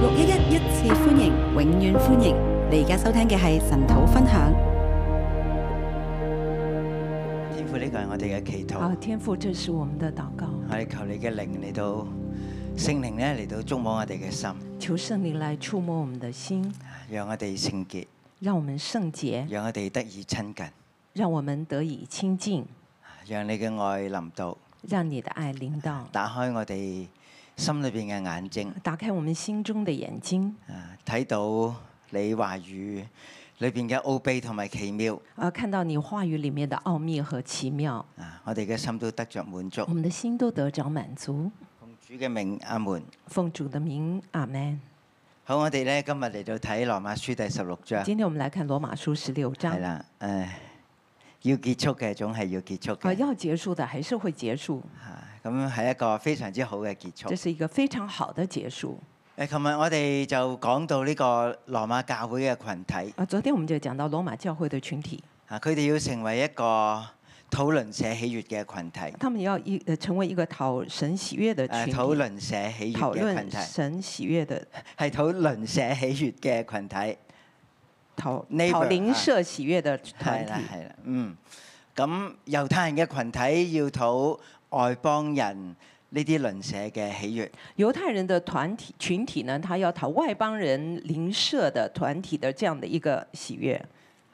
六一一一次歡迎，永遠歡迎！你而家收聽嘅係神土分享。天父，呢個係我哋嘅祈好，禱，天父，这是我们的祷告，我哋求你嘅靈嚟到，聖靈咧嚟到觸摸我哋嘅心，求圣灵来触摸我们的心，讓我哋聖潔，让我们圣洁，讓我哋得以親近，让我们得以亲近，讓你嘅愛臨到，让你的爱临到，打開我哋心裏邊嘅眼睛，打开我们心中的眼睛，啊，睇到你話語裏邊嘅奧秘同埋奇妙，啊，看到你话语里面的奥秘和奇妙，啊，我哋嘅心都得着滿足我。们的心都得着满足。奉主嘅名，阿門。奉主的名，阿门。好，我哋咧今日嚟到睇羅馬書第十六章，今天我们来看罗马书十六章係，啦，誒，要結束嘅總係要結束啊，嘅。要结束的还是会结束，啊咁係一個非常之好嘅結束这。是一个非常好的结束。誒，琴日我哋就講到呢個羅馬教會嘅群體，啊，昨天我们就讲到罗马教会的群体，啊，佢哋要成為一個討論社喜悦嘅群體，他们要一呃成为一个讨神喜悦的群誒，体，討論社喜悦讨嘅群论體，神喜悦的係討論社喜悦嘅群體，讨 Neighbor，讨啊邻舍喜悦的团係啦体，係啦，嗯，咁猶太人嘅群體要討外邦人呢啲鄰舍嘅喜悦，犹太人的团体群体呢，他要讨外邦人邻舍的团体的这样的一个喜悦。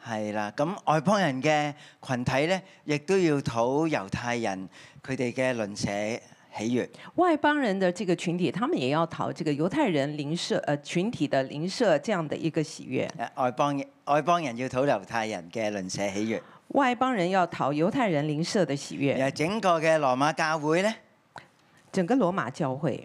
係啦，咁外邦人嘅群體咧，亦都要討猶太人佢哋嘅鄰舍喜悦。外邦人的这个群体，他们也要讨这个犹太人邻舍呃群体的邻舍这样的一个喜悦。誒呃外邦人外邦人要討猶太人嘅鄰舍喜悦，外邦人要讨猶太人邻舍的喜然悦。後整個嘅羅馬教會咧，整個羅馬教會，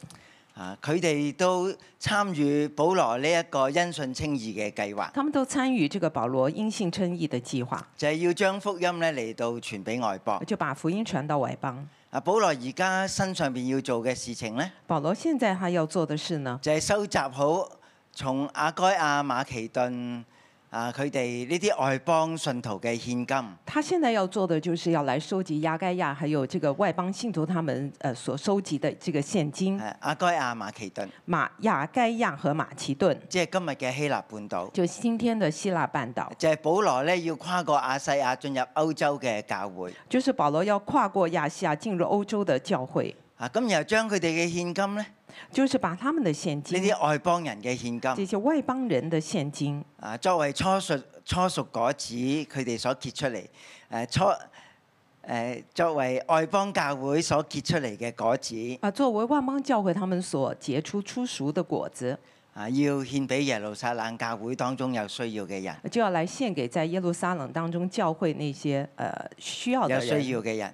啊佢哋都參與保羅呢一個因信稱義嘅計劃，他們都參與這個保羅因信稱義的計劃，就係、要將福音咧嚟到傳俾外邦。就把福音傳到外邦。啊，保羅而家身上邊要做嘅事情咧，保羅現在他要做的事呢，就係、收集好從亞該亞、馬其頓啊佢哋呢啲外邦信徒嘅獻金。他現在要做的就是要來收集亞該亞還有這個外邦信徒他們呃所收集的這個現金，誒亞啊該亞、馬其頓，馬亞該亞和馬其頓，即係今日嘅希臘半島，就今天的希臘半島，就係、保羅咧要跨過亞細亞進入歐洲嘅教會。就是保羅要跨過亞細亞進入歐洲的教會，啊，咁然後將佢哋嘅獻金咧，呢就是把他們的現金，啲外邦人嘅獻這金，些外邦人的現金，啊，作為初熟初熟果子，佢哋所結出嚟，誒、啊初誒、作為外邦教會所結出嚟嘅果子，啊，作為外邦教會他們所結出初熟的果子，啊，要獻俾耶路撒冷教會當中有需要嘅人，就要來獻給在耶路撒冷當中教會那些呃需要有的需人。要嘅人，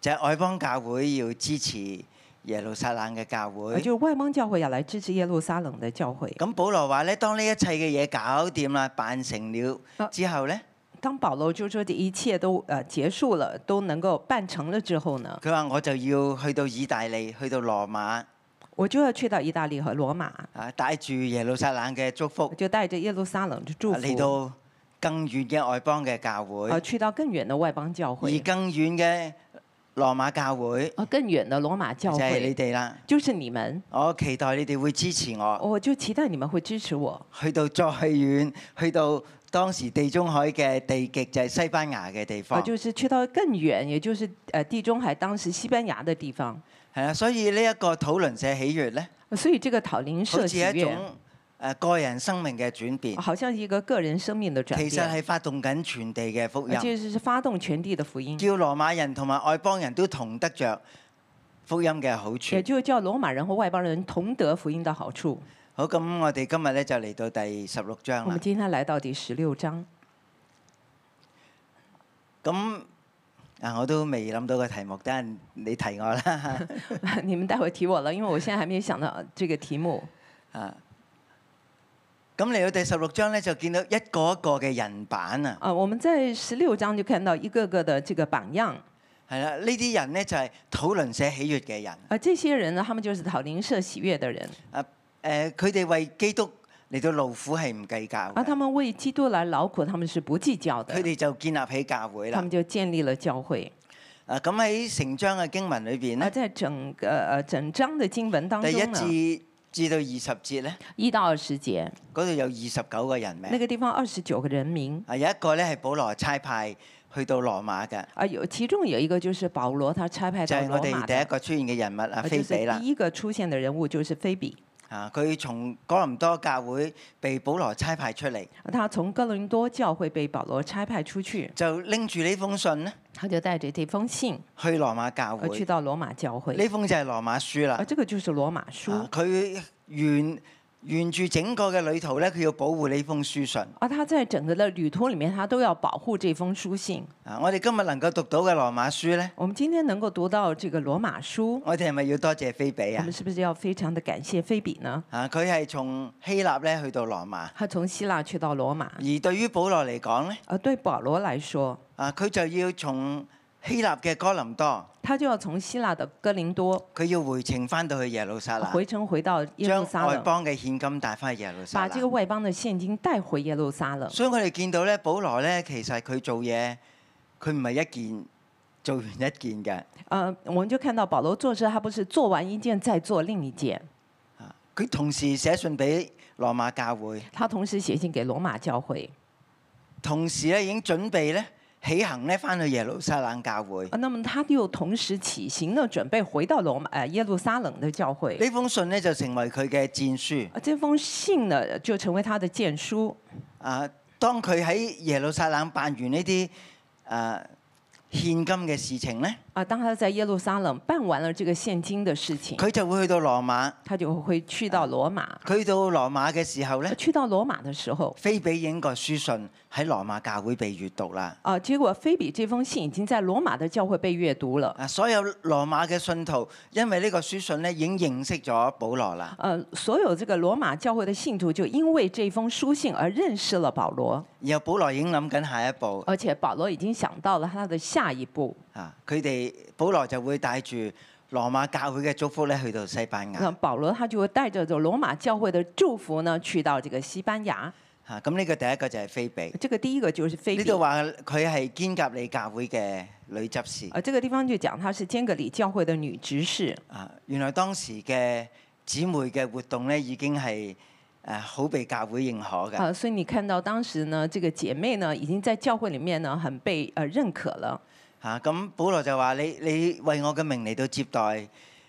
就係、外邦教會要支持耶路撒冷嘅教呃會就。是外邦教會要來支持耶路撒冷的教會。咁保羅話咧，當呢一切嘅嘢搞掂啦，辦成了啊之後咧，当保罗就说这一切都呃结束了，都能够办成了之后呢，佢話我就要去到意大利，去到羅馬。我就要去到意大利和羅馬，啊，帶住耶路撒冷嘅祝福我就带着耶路撒冷的祝啊嚟福，到更遠嘅外邦嘅教會，呃，去到更遠的外邦教而會，更遠嘅羅馬教會呃，更遠的羅馬教就係你會，哋啦。就是你們，我期待你哋會支持我，我就期待你們會支持我，去到再遠，去到當時地中海嘅地極，就係西班牙嘅地呃，方。就是去到更遠，也就是呃地中海當時西班牙的地方，係啦，所以呢一個討論社喜悦咧，呃所以這個討靈好社似喜一悦，種誒個人生命嘅轉變，好像一個個人生命的轉其實變，係發動緊全地嘅福呃音。就是發動全地的福音，叫羅馬人同埋外邦人都同得着福音嘅好處也。就叫羅馬人和外邦人同得福音的好處。好，咁我哋今日咧就嚟到第十六章啦我們。今天來到第十六章， 咁啊，我都未諗到個題目，等陣你提我啦。 你們待會提我了，因為我現在還沒想到這個題目。啊，咁嚟到第十六章咧，就見到一個一個嘅人版啊，啊，我們在十六章就看到一個個的這個榜樣，係啦，呢啲人咧就係討論社喜悦嘅人。啊，這些人呢，他們就是討靈舍喜悅的人，啊，誒，佢哋為基督嚟到勞苦係唔計較啊而他嘅，們為基督來勞苦，他們是不計較佢的，哋就建立起教會他啦們。就建立了教啊會。啊，咁喺成章嘅經文裏邊而咧，在整個呃整章的經文當第中呢，一至至到二十節咧，一到二十节，嗰度有二十九個人那名。个地方二十九个人名啊，有一個咧係保羅差派去到羅馬嘅，啊，有其中有一个就是保罗，他差派就到係罗我马哋第的一，個出現嘅人物啊，啊菲就是比啦第。一个出现的人物就是菲比，啊，佢從哥林多教會被保羅差派出嚟，他从哥林多教会被保罗差派出去，就拎住呢封信咧他就带着这封信去羅馬教而去會。到罗马教会，呢封就係羅馬書啦啊，。这个就是罗马书。啊佢沿沿住整個嘅旅途咧，佢要保護呢封書信。而啊他在整个的旅途里面，他都要保护这封书信。啊，我哋今日能夠讀到嘅羅馬書咧，我们今天能够读到这个罗马书，我哋係咪要多謝菲比我啊们？是不是要非常的感谢菲比呢？啊，佢係從希臘咧去到羅馬，他从希腊去到罗马，而對於保羅嚟講咧，而对保罗来说，啊，佢就要從希臘嘅哥林多，他就要从希腊的哥林多佢要回程翻到去耶路撒冷，回程回到耶將路撒外冷，邦嘅獻金帶翻去耶路撒把这个冷。外邦的现金带回耶路撒冷。所以我哋見到咧，保羅咧其實佢做嘢，佢唔係一件做完一件嘅，呃，我们就看到保罗做事，他不是做完一件再做另一件，佢同時寫信俾羅馬教會。他同时写信给罗马教会。同時咧已經準備咧起行咧翻去耶路撒冷教會。啊，那么他又同时起行呢，准备回到罗马呃耶路撒冷的教会。呢封信咧就成為佢嘅戰書。啊，这封信呢，就成为他的荐书。啊，當佢喺耶路撒冷辦完呢啲啊獻金嘅事情咧，啊，当他在耶路撒冷办完了这个现金的事情，佢就會去到羅馬。他就会去到罗马。啊佢到羅馬嘅時候咧，去到罗马的时候，菲比影個書信喺羅馬教會被閲讀啦。啊，结果菲比这封信已经在羅馬的教會被閱讀了。啊，所有羅馬嘅信徒因為呢個書信咧已經認識咗保羅啦。呃，所有这个羅馬教會的信徒就因為这封書信而認識了保羅，然後保羅已經諗緊下一步而且保羅已經想到了他的下一步，啊，佢哋保羅就會帶住羅馬教會嘅祝福咧去到西班牙那。保羅他就会帶着这羅馬教會的祝福呢，去到这个西班牙。嚇，啊咁呢個第一個就係菲比。这个第一個就是菲呢比度，話佢係堅甲利教會嘅女執事。呃，这個地方就講她是坚格里教會的女执事。啊，原來當時嘅姊妹嘅活動咧，已經係誒好被教會認可嘅。啊，所以你看到当时呢，这个姐妹呢，已经在教会里面呢，很被呃认可了。嚇，咁保羅就話：你你為我嘅名嚟到接待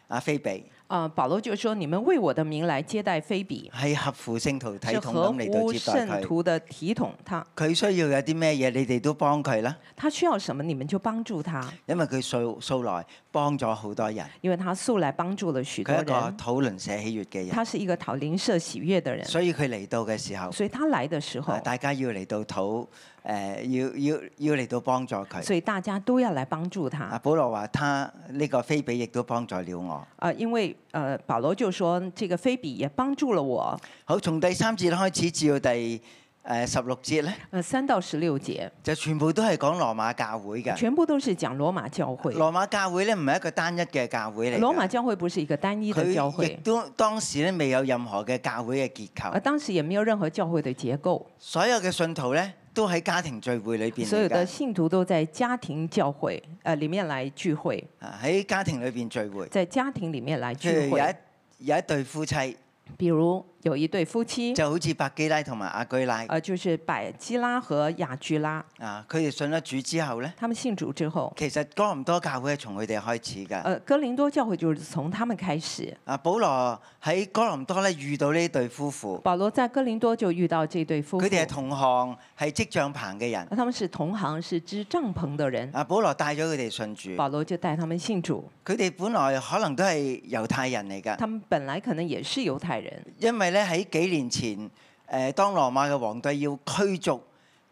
阿菲比，啊、保罗就说：“你们为我的名来接待菲比，係合乎聖徒體是統合咁嚟到乎接圣待佢。徒的体统。他佢需要有啲咩嘢，你哋都幫佢啦，他需要什么，你们就帮助他，因為佢素素來幫咗好多人，因为他素来帮助了许多佢一個人。討論社喜悦嘅人，他是一个讨邻舍喜悦的人，所以佢嚟到嘅時候。所以他来的时候啊，大家要嚟到討誒、呃要要要嚟到幫助佢。所以大家都要来帮助啊，他。保羅話：他呢、個菲比亦都幫助了我。啊，因为呃，保罗就说这个菲比也幫助了我。好，從第三節開始至到第誒十六節咧，呃，三到十六节就全部都係講羅馬教會嘅。全部都是講羅馬教会。羅馬教會咧唔係一個單一嘅教會嚟㗎。羅馬教会不是一个单一的教佢亦会，都當時咧未有任何嘅教會嘅結而構，当时也没有任何教会的结构，所有嘅信徒咧都喺家庭聚會裏邊所有嚟的㗎。信徒都在家庭教会呃里面来聚会，啊喺家庭裏邊聚會，在家庭里面来譬聚如有会。一有一對夫妻，比如有一对夫妻，就好似百基拉同埋阿居拉。呃，就是百基拉和雅居拉，啊，佢哋信咗主之後咧，他们信主之后，其實哥林多教會係從佢哋開始㗎。呃，哥林多教会就是从他们开始。啊，保羅喺哥林多咧遇到呢對夫婦，保罗在哥林多就遇到这对夫妇，佢哋係同行，係織帳棚嘅人。呃他们是同行，是支帐篷的人。啊，保羅帶咗佢哋信主，保罗就带他们信主，佢哋本來可能都係猶太人嚟㗎，他们本来可能也是猶太人，因為咧喺幾年前，誒、呃、當羅馬嘅皇帝要驅逐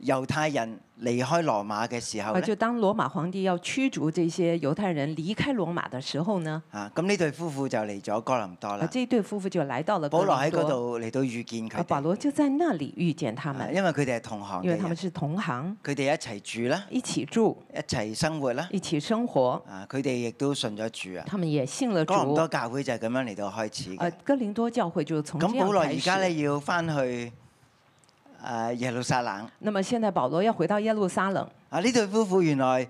猶太人離開羅馬嘅時候啊，就咧，当罗马皇帝要驅逐这些猶太人离开罗马的时候呢，啊，咁呢對夫婦就嚟咗哥林多啊，啦。这对夫妇就来到了保哥羅林喺嗰多，度嚟到遇見佢啊，保哋，羅就在那里遇见他啊们，因為佢哋係同行因嘅为他人们，是同行，佢哋一齊住啦。一起住，一齊生活啦。一起生活，啊，佢哋亦都信咗主啊。他们也嗯信了主哥。林多教會就係咁樣嚟到開始呃嘅。，哥林多教会就从这咁保样羅开而家始。咧要翻去誒耶路撒冷那么现在保罗要回到耶路撒冷，啊，呢對夫婦原來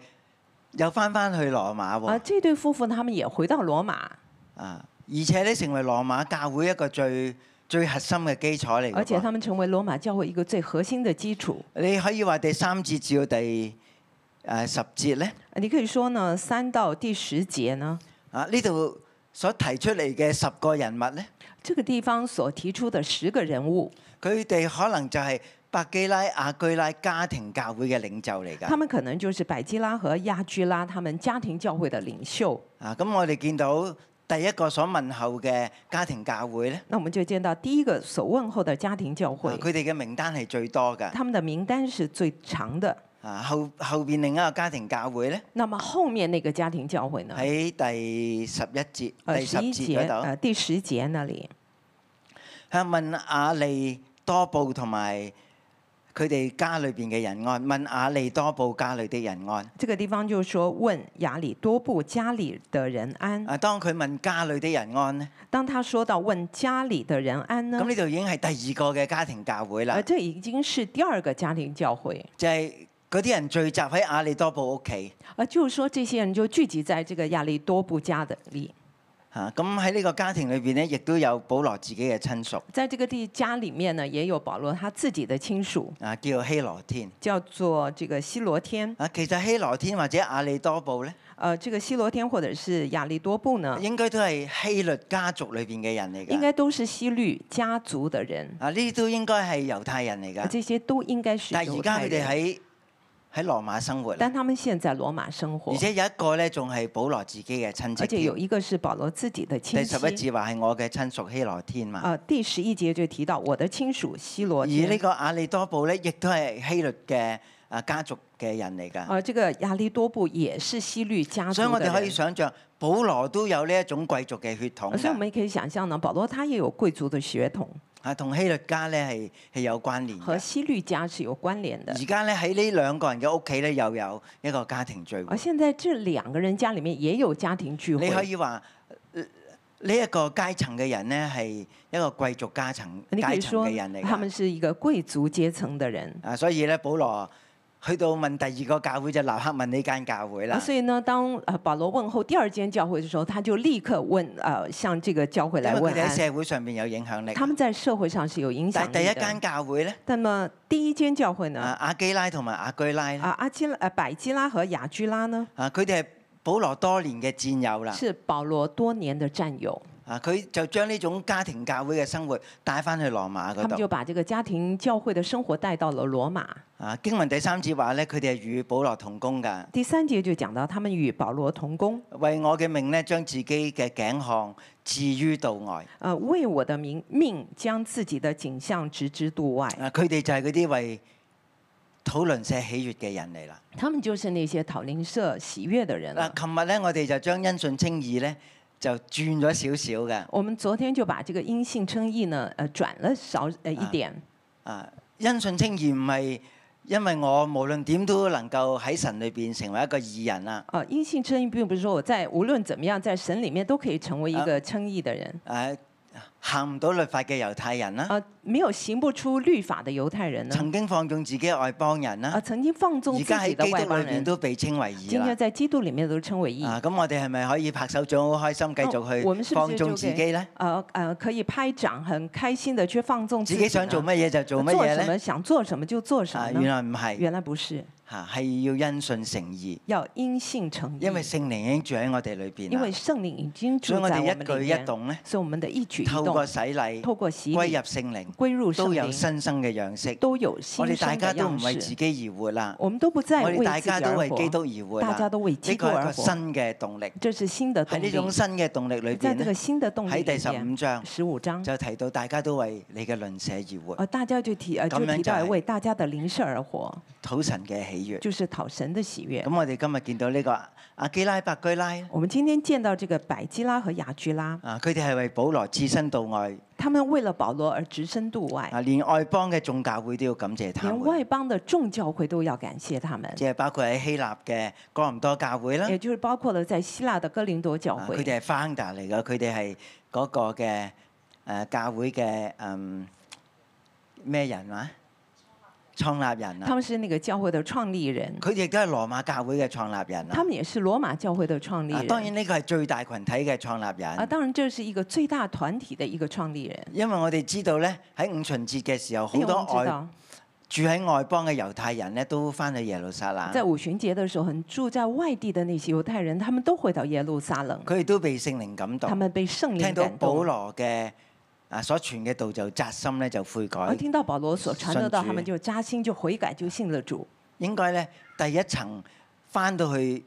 又翻翻去羅馬啊，喎这对夫妇他们也回到罗马，啊。而且咧成為羅馬教會一個最最核心嘅基礎嚟㗎噃。而且他们成为罗马教会一个最核心的基础。你可以話第三節至到第誒十節咧，呃你可以说呢，三到第十节呢，啊呢度所提出嚟嘅十個人物咧，这个地方所提出的十个人物，佢哋可能就係百基拉、亞居拉家庭教會嘅領袖嚟他㗎。们可能就是百基拉和亚居拉他们家庭教会的领袖。啊，咁我哋見到第一個所問候嘅家庭教會咧，那我们就见到第一个所问候的家庭教啊会，佢哋嘅名單係最多㗎。他们的名单是最长的。啊，後後邊另一個家庭教會咧，那么后面那个家庭教会呢？喺第十一節、呃，哎第十啊十一节，節嗰度，呃，第十节那里，向問亞利多布同埋佢哋家裏邊嘅人安，問亞利多布家裏的人安。这个地方就是说问亚里多布家里的人安。啊，當佢問家裏的人安咧，当他说到問家里的人安呢咁，呢度已經係第二個嘅家庭教會啦呃，，这已經是第二個家庭教會，就係嗰啲人聚集喺亞利多布屋企。呃，就是說这些人就聚集在这個亚利多布家的里，嚇，啊咁喺呢個家庭裏邊咧，亦都有保羅自己嘅親屬，在这个地家里面呢，也有保罗他自己的親屬，啊，叫希羅天。叫做這個希羅天，啊，其實希羅天或者亞利多布咧，呃，這個希羅天或者是亚利多布呢，應該都係希律家族裏邊嘅人嚟應㗎。該都是希律家族的人，啊，呢啲都應該係猶太人嚟呃㗎。这些都應該是但係猶而家太佢哋人，喺喺羅馬生活啦，但他們現在羅馬生活而，且有一個咧仲係保羅自己嘅親戚而且有添。一個是保羅自己的第親十戚。一節話係我嘅親屬希羅天嘛。呃，第十一节就提到我的亲屬希罗而天呢個亞利多布咧，亦都係希律嘅啊家族嘅人嚟㗎，呃，这个亚利多布也是希律家族啊所的以人，我哋可以想象，保羅都有呢一種貴族嘅血統呃所以我㗎，们也可以想象呢，保罗他也有贵族的血统，啊同希律家咧係係有關聯和嘅。希律家是有关联的。而家咧喺呢兩個人嘅屋企咧，又有一個家庭聚而會。啊现在这两个人家里面也有家庭聚你可会，以話呃呢一個階層嘅人咧，係一個貴族家層你可以階層说嘅人嚟他们㗎。是一个贵族阶层的人。啊，所以咧，保羅去到問第二個教會就立刻問呢間教會啊，啦。所以呢，当呃保罗问候第二间教会的时候，他就立刻问呃向这个教会因来為问佢哋喺安。社會上面有影響力。他们在社会上是有影响但力係第一間的。教會咧。那么第一间教会呢，啊，阿基拉同埋阿居拉咧啊，阿基拉、呃百基拉和雅居拉呢，啊，佢哋係保羅多年嘅戰友啦。是保罗多年的战友，啊，佢就將呢種家庭教會嘅生活帶翻去羅馬他嗰们就度。把这个家庭教会的生活带到了罗马。啊，經文第三節話咧，佢哋係與保羅同工㗎，第三节就讲到他们與保罗同工，為我嘅命咧，將自己嘅頸項置於度外。呃，为我的名命将自己的景象置之度外。啊，佢哋就係嗰啲為討論社喜悦嘅人嚟啦。他们就是那些讨邻舍喜悦的人了嗱，。琴日咧，我哋就將因信稱義咧就轉咗少少嘅。我们昨天就把这个因信称义呢，呃，转了少呃嗯一点。啊，因信稱義唔係因為我無論點都能夠喺神裏邊成為一個義人啊。呃，因信称义并不是说我在无论怎么样，在神里面都可以成嗯为一个称义的人。誒啊行唔到律法嘅猶太人啦，呃，没有行不出律法的犹太人呢，曾經放縱自己嘅外邦人啊，啦，曾經放縱而自家喺己的基外督邦裏邊人，都被稱為義今啦天。在基督裡面都稱為義。啊，咁我哋係咪可以拍手掌好開心，繼哦我續們去是不放是縱自己呢？呃呃，可以拍掌，很開心的去放縱自己己呢想做乜嘢就做乜做嘢什呢？麼想做什麼就做什啊，麼嗯原來呢。唔係原來不是，嚇，係要因信誠義，要因信成義，因為聖靈已經住喺我哋裏邊嗯因為啦，聖靈已經住所以我在哋我一們舉裡一面，動呢，所以我們的一舉透一過動，洗禮透過洗歸禮入聖靈，歸入聖都有靈，新生嘅樣式。都有新我哋大生家的都唔為樣自式。己而活啦，我們都不再我哋為大自己家都而為基活，督而活大啦家。都為呢基督個係一而個活，新嘅動力。這是新的喺動呢力。種新嘅動力裏在邊這個咧，新的動力喺第十裡面五，章十五章，就提到大家都為你嘅鄰舍而活，呃，大家就提呃咁就樣提就到係為大家的灵舍而活，討神嘅喜悦。就是讨神的喜悦。咁我哋今日見到呢個阿基拉、白居拉我们今天见到这个百基拉和雅居拉，啊，佢哋係為保羅置身度外他们为了保罗而置身度外，啊，連外邦嘅眾教會都要感謝他连們，外邦的众教会都要感谢他们，即係包括喺希臘嘅哥林多教會啦，也就是包括了在希腊的哥林多教啊佢会，哋係 founder 嚟㗎，佢哋係嗰呃個嘅誒教會嘅嗯咩人話創立人啊，他们是那个教会的創立人，佢哋都係羅馬教會嘅創立人他啊。们也是羅馬教會的創立啊人。當然呢個係最大群體嘅創立啊，人，當然这是一個最大團體的一個創立人。因為我哋知道咧喺五旬節嘅時候，好因為哎我多們知外道，住喺外邦嘅猶太人咧都翻去耶路撒冷，在五旬節的時候，很住在外地的那些猶太人，他們都回到耶路撒冷，佢哋都被聖靈感他動，們被聖靈聽到感保動。羅嘅啊所傳嘅道就扎心咧就悔而改。聽啊到保羅所傳的道，信主他們就扎心，就悔改，就信了主。應該咧第一層翻到去，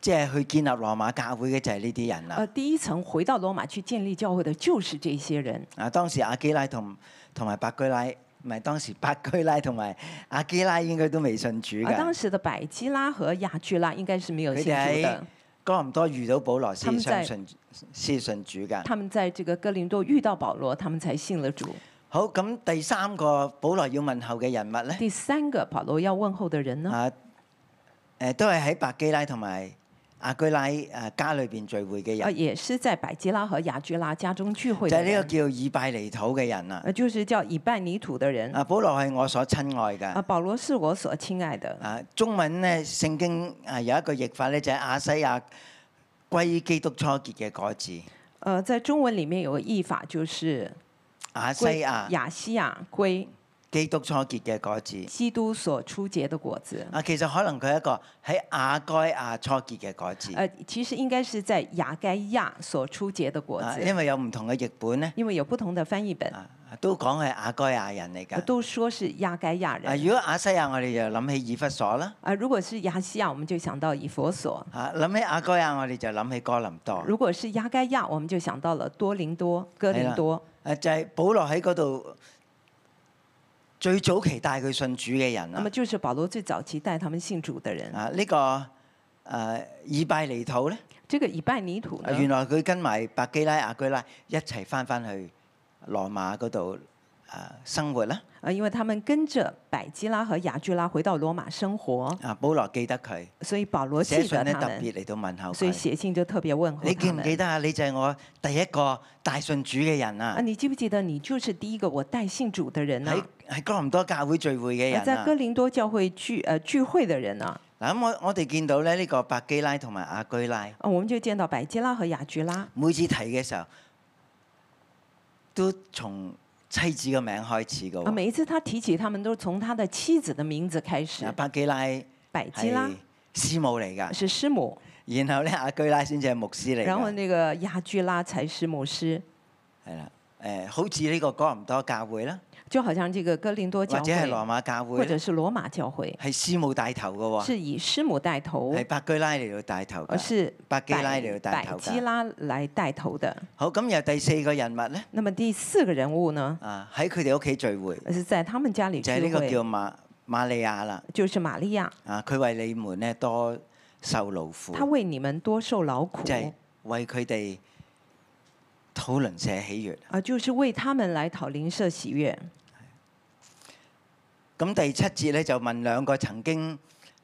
即係去建立羅馬教會嘅就係呢啲人啦。呃，第一層回到羅馬去建立教會的，就是這些人。啊，當時阿基拉同同埋白居拉，唔係當時白居拉同埋阿基拉應該都未信主而當㗎。時的百基拉和亞居拉應該是沒有佢信主哋喺的。哥林多遇到保羅他先們相在信先信主㗎。他們在這個哥林多遇到保羅，他們才信了主。好，咁第三個保羅要問候嘅人物咧，第三個保羅要問候的人呢，啊誒都係喺白基拉同埋阿居拉誒家裏邊聚會嘅呃，人，也是在百基拉和亞居拉家中聚會就的係呢個人，叫以拜尼土嘅人啊。呃，就是叫以拜尼土的人。啊，保羅係我所親愛嗯啊，嘅。保羅是我所親愛的。啊，中文咧聖經啊有一個譯法咧就係、亞西亞歸基督初結嘅果子。呃，在中文裡面有個譯法，就是亞西歸亞亞西亞歸基督初結嘅果子。基督所初結的果子。啊，其實可能佢係一個喺亞該亞初結嘅果子。呃，其實應該是在雅該亞所初結的果啊，子，因為有唔同嘅譯本咧，因為有不同的翻譯本，啊都講係亞該亞人嚟呃㗎。都說是雅該亞啊，人。如果亞西亞我哋就諗起以弗所啦。啊，如果是亞西亞，我們就想到以佛所；啊，諗起亞該亞我哋就諗起哥林多。如果是雅該亞，我們就想到了多林多、哥林多。啊，就係、保羅喺嗰度最早期帶佢信主嘅人那啦麼。就是保羅最早期帶他們信主的人。啊啊，呢、個誒、呃以拜尼土咧，這個以拜尼土啊呢，原來佢跟埋白基拉、亞居拉一齊翻翻去羅馬嗰度誒生活啦。呃，因為他們跟着百基拉和雅居拉回到羅馬生活，啊，保羅記得佢，所以保羅寫記信得咧他特們，別嚟到問候所以佢。寫信就特別問候你記他唔記們。得啊？你就係我第一個大信主嘅人啊，啊！你記不記得你就是第一個我帶信主的人呢、啊喺喺哥林多教會聚會嘅呃人在啊哥！林多教會聚呃聚會的人呢、嗱啊，咁我我哋見到咧呢個白基拉同埋亞居拉，啊我們就見到百基拉和雅居拉，每次睇嘅時候都從妻子嘅名開始嘅喎。啊，每一次他提起他們，都是從他的妻子的名字開始啊，。哎白基拉百基拉係師母嚟㗎。是師母，然後咧，阿居拉先至係牧師嚟然後嘅，那個雅居拉才是牧師，係啦，誒、好似呢個哥林多教會啦，就好像這個哥林多或教者係羅會，馬教或會者啦，是羅馬教會，係師母帶頭嘅喎，是以師母帶頭係，白居拉嚟到帶頭而㗎，是白基哎拉嚟到百帶百頭基㗎。拉來帶頭的。好，咁由第四個人物咧，那麼第四個人物呢，啊喺佢哋屋企聚會，而是在他們家裡就係呢聚個叫會，馬瑪利亞啦，就是瑪利亞，啊佢為你們咧多受勞她苦，為你們多受勞苦就，係為佢哋討論社喜悅。啊，就是為他們來討鄰舍喜悅。咁第七節咧就問兩個曾經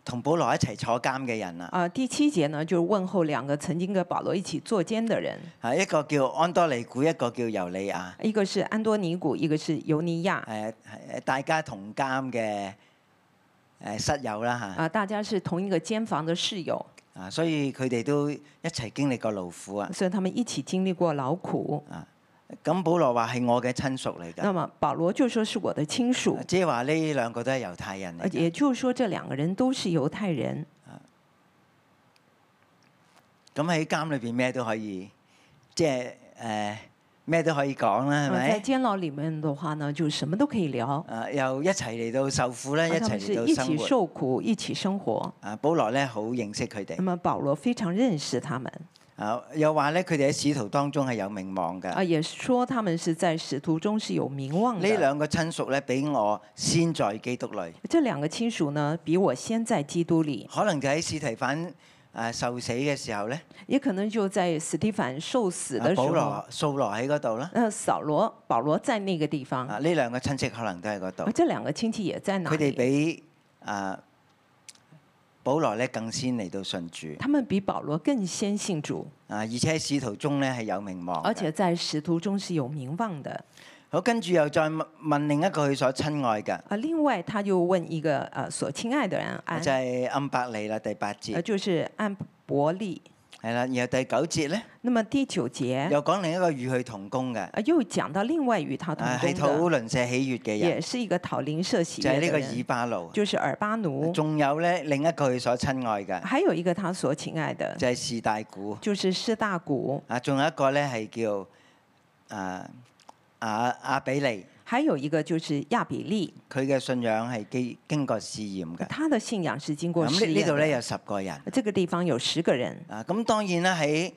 同保羅一齊坐監嘅人啦。啊，第七節呢，就是問候兩個曾經跟保羅一起坐監的人，啊，一個叫安多尼古，一個叫尤利亞，一個是安多尼古，一個是尤尼亞。誒誒，大家同監嘅誒室友啦嚇，啊，大家是同一個間房的室友，啊，所以佢哋都一齊經歷過勞苦啊。所以他們一起經歷過勞苦。咁保羅話係我嘅親屬嚟那㗎，麼保羅就說是我的親屬，即係話呢兩個都係猶太人嚟呃嘅。也就是說這兩個人都是猶太人。咁喺監裏邊咩都可以，即係誒咩都可以講啦，呃係在咪？監牢裡面的話呢，就什麼都可以聊，啊啊，又一齊嚟到受苦啦，一他齊們是嚟到一生起活。受苦，一起生活。啊，保羅咧好認識佢那哋，麼保羅非常認識他們，啊，又話咧佢哋喺使徒當中係有名望㗎。啊，也說他們是在使徒中是有名望呢的。兩個親屬咧，俾我先在基督裏，這兩個親屬呢，比我先在基督裡，可能就喺司提反誒、呃受死嘅時候咧，也可能就在史蒂凡受死啊的時保候，羅、掃羅喺嗰度啦。那掃羅、保羅在那個地方。啊，呢兩個親戚可能都喺嗰度而，这兩個親戚也在哪佢哋裡？比啊保羅咧更先嚟到信主他們比保羅更先信主，啊，而且喺使徒中咧係有名望嘅。而且在使徒中是有名望的。好，跟住又再問問另一個佢所親愛嘅，啊，另外他就问一个呃所親愛的人安，就係暗伯利啦，第八呃節就是安伯利。係啦。然後第九節咧，那麼第九節又講另一個與佢同工嘅，啊又講到另外與他同啊係討工的，鄰舍喜悦嘅人，也是一個討鄰舍喜啊就悦係的呢個人，以啊巴路。就是爾巴奴，仲有咧另一個佢所親愛嘅，還有一個他所親愛的，就係、士大古就是施大古，啊，仲有一個咧係叫啊亞亞比利，還有一個就是亞比利，佢嘅信仰係經經過試驗嘅。他的信仰是經過咁試啊呢呢驗度的咧。有十個人這個地方有十個人，啊，咁當然啦喺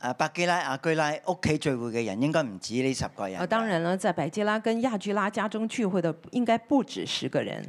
啊百基拉、亞居拉屋企聚會嘅人應該唔止呢十個人。啊，當。然了，在百基拉跟亞居拉家中聚會的應該不止十個人。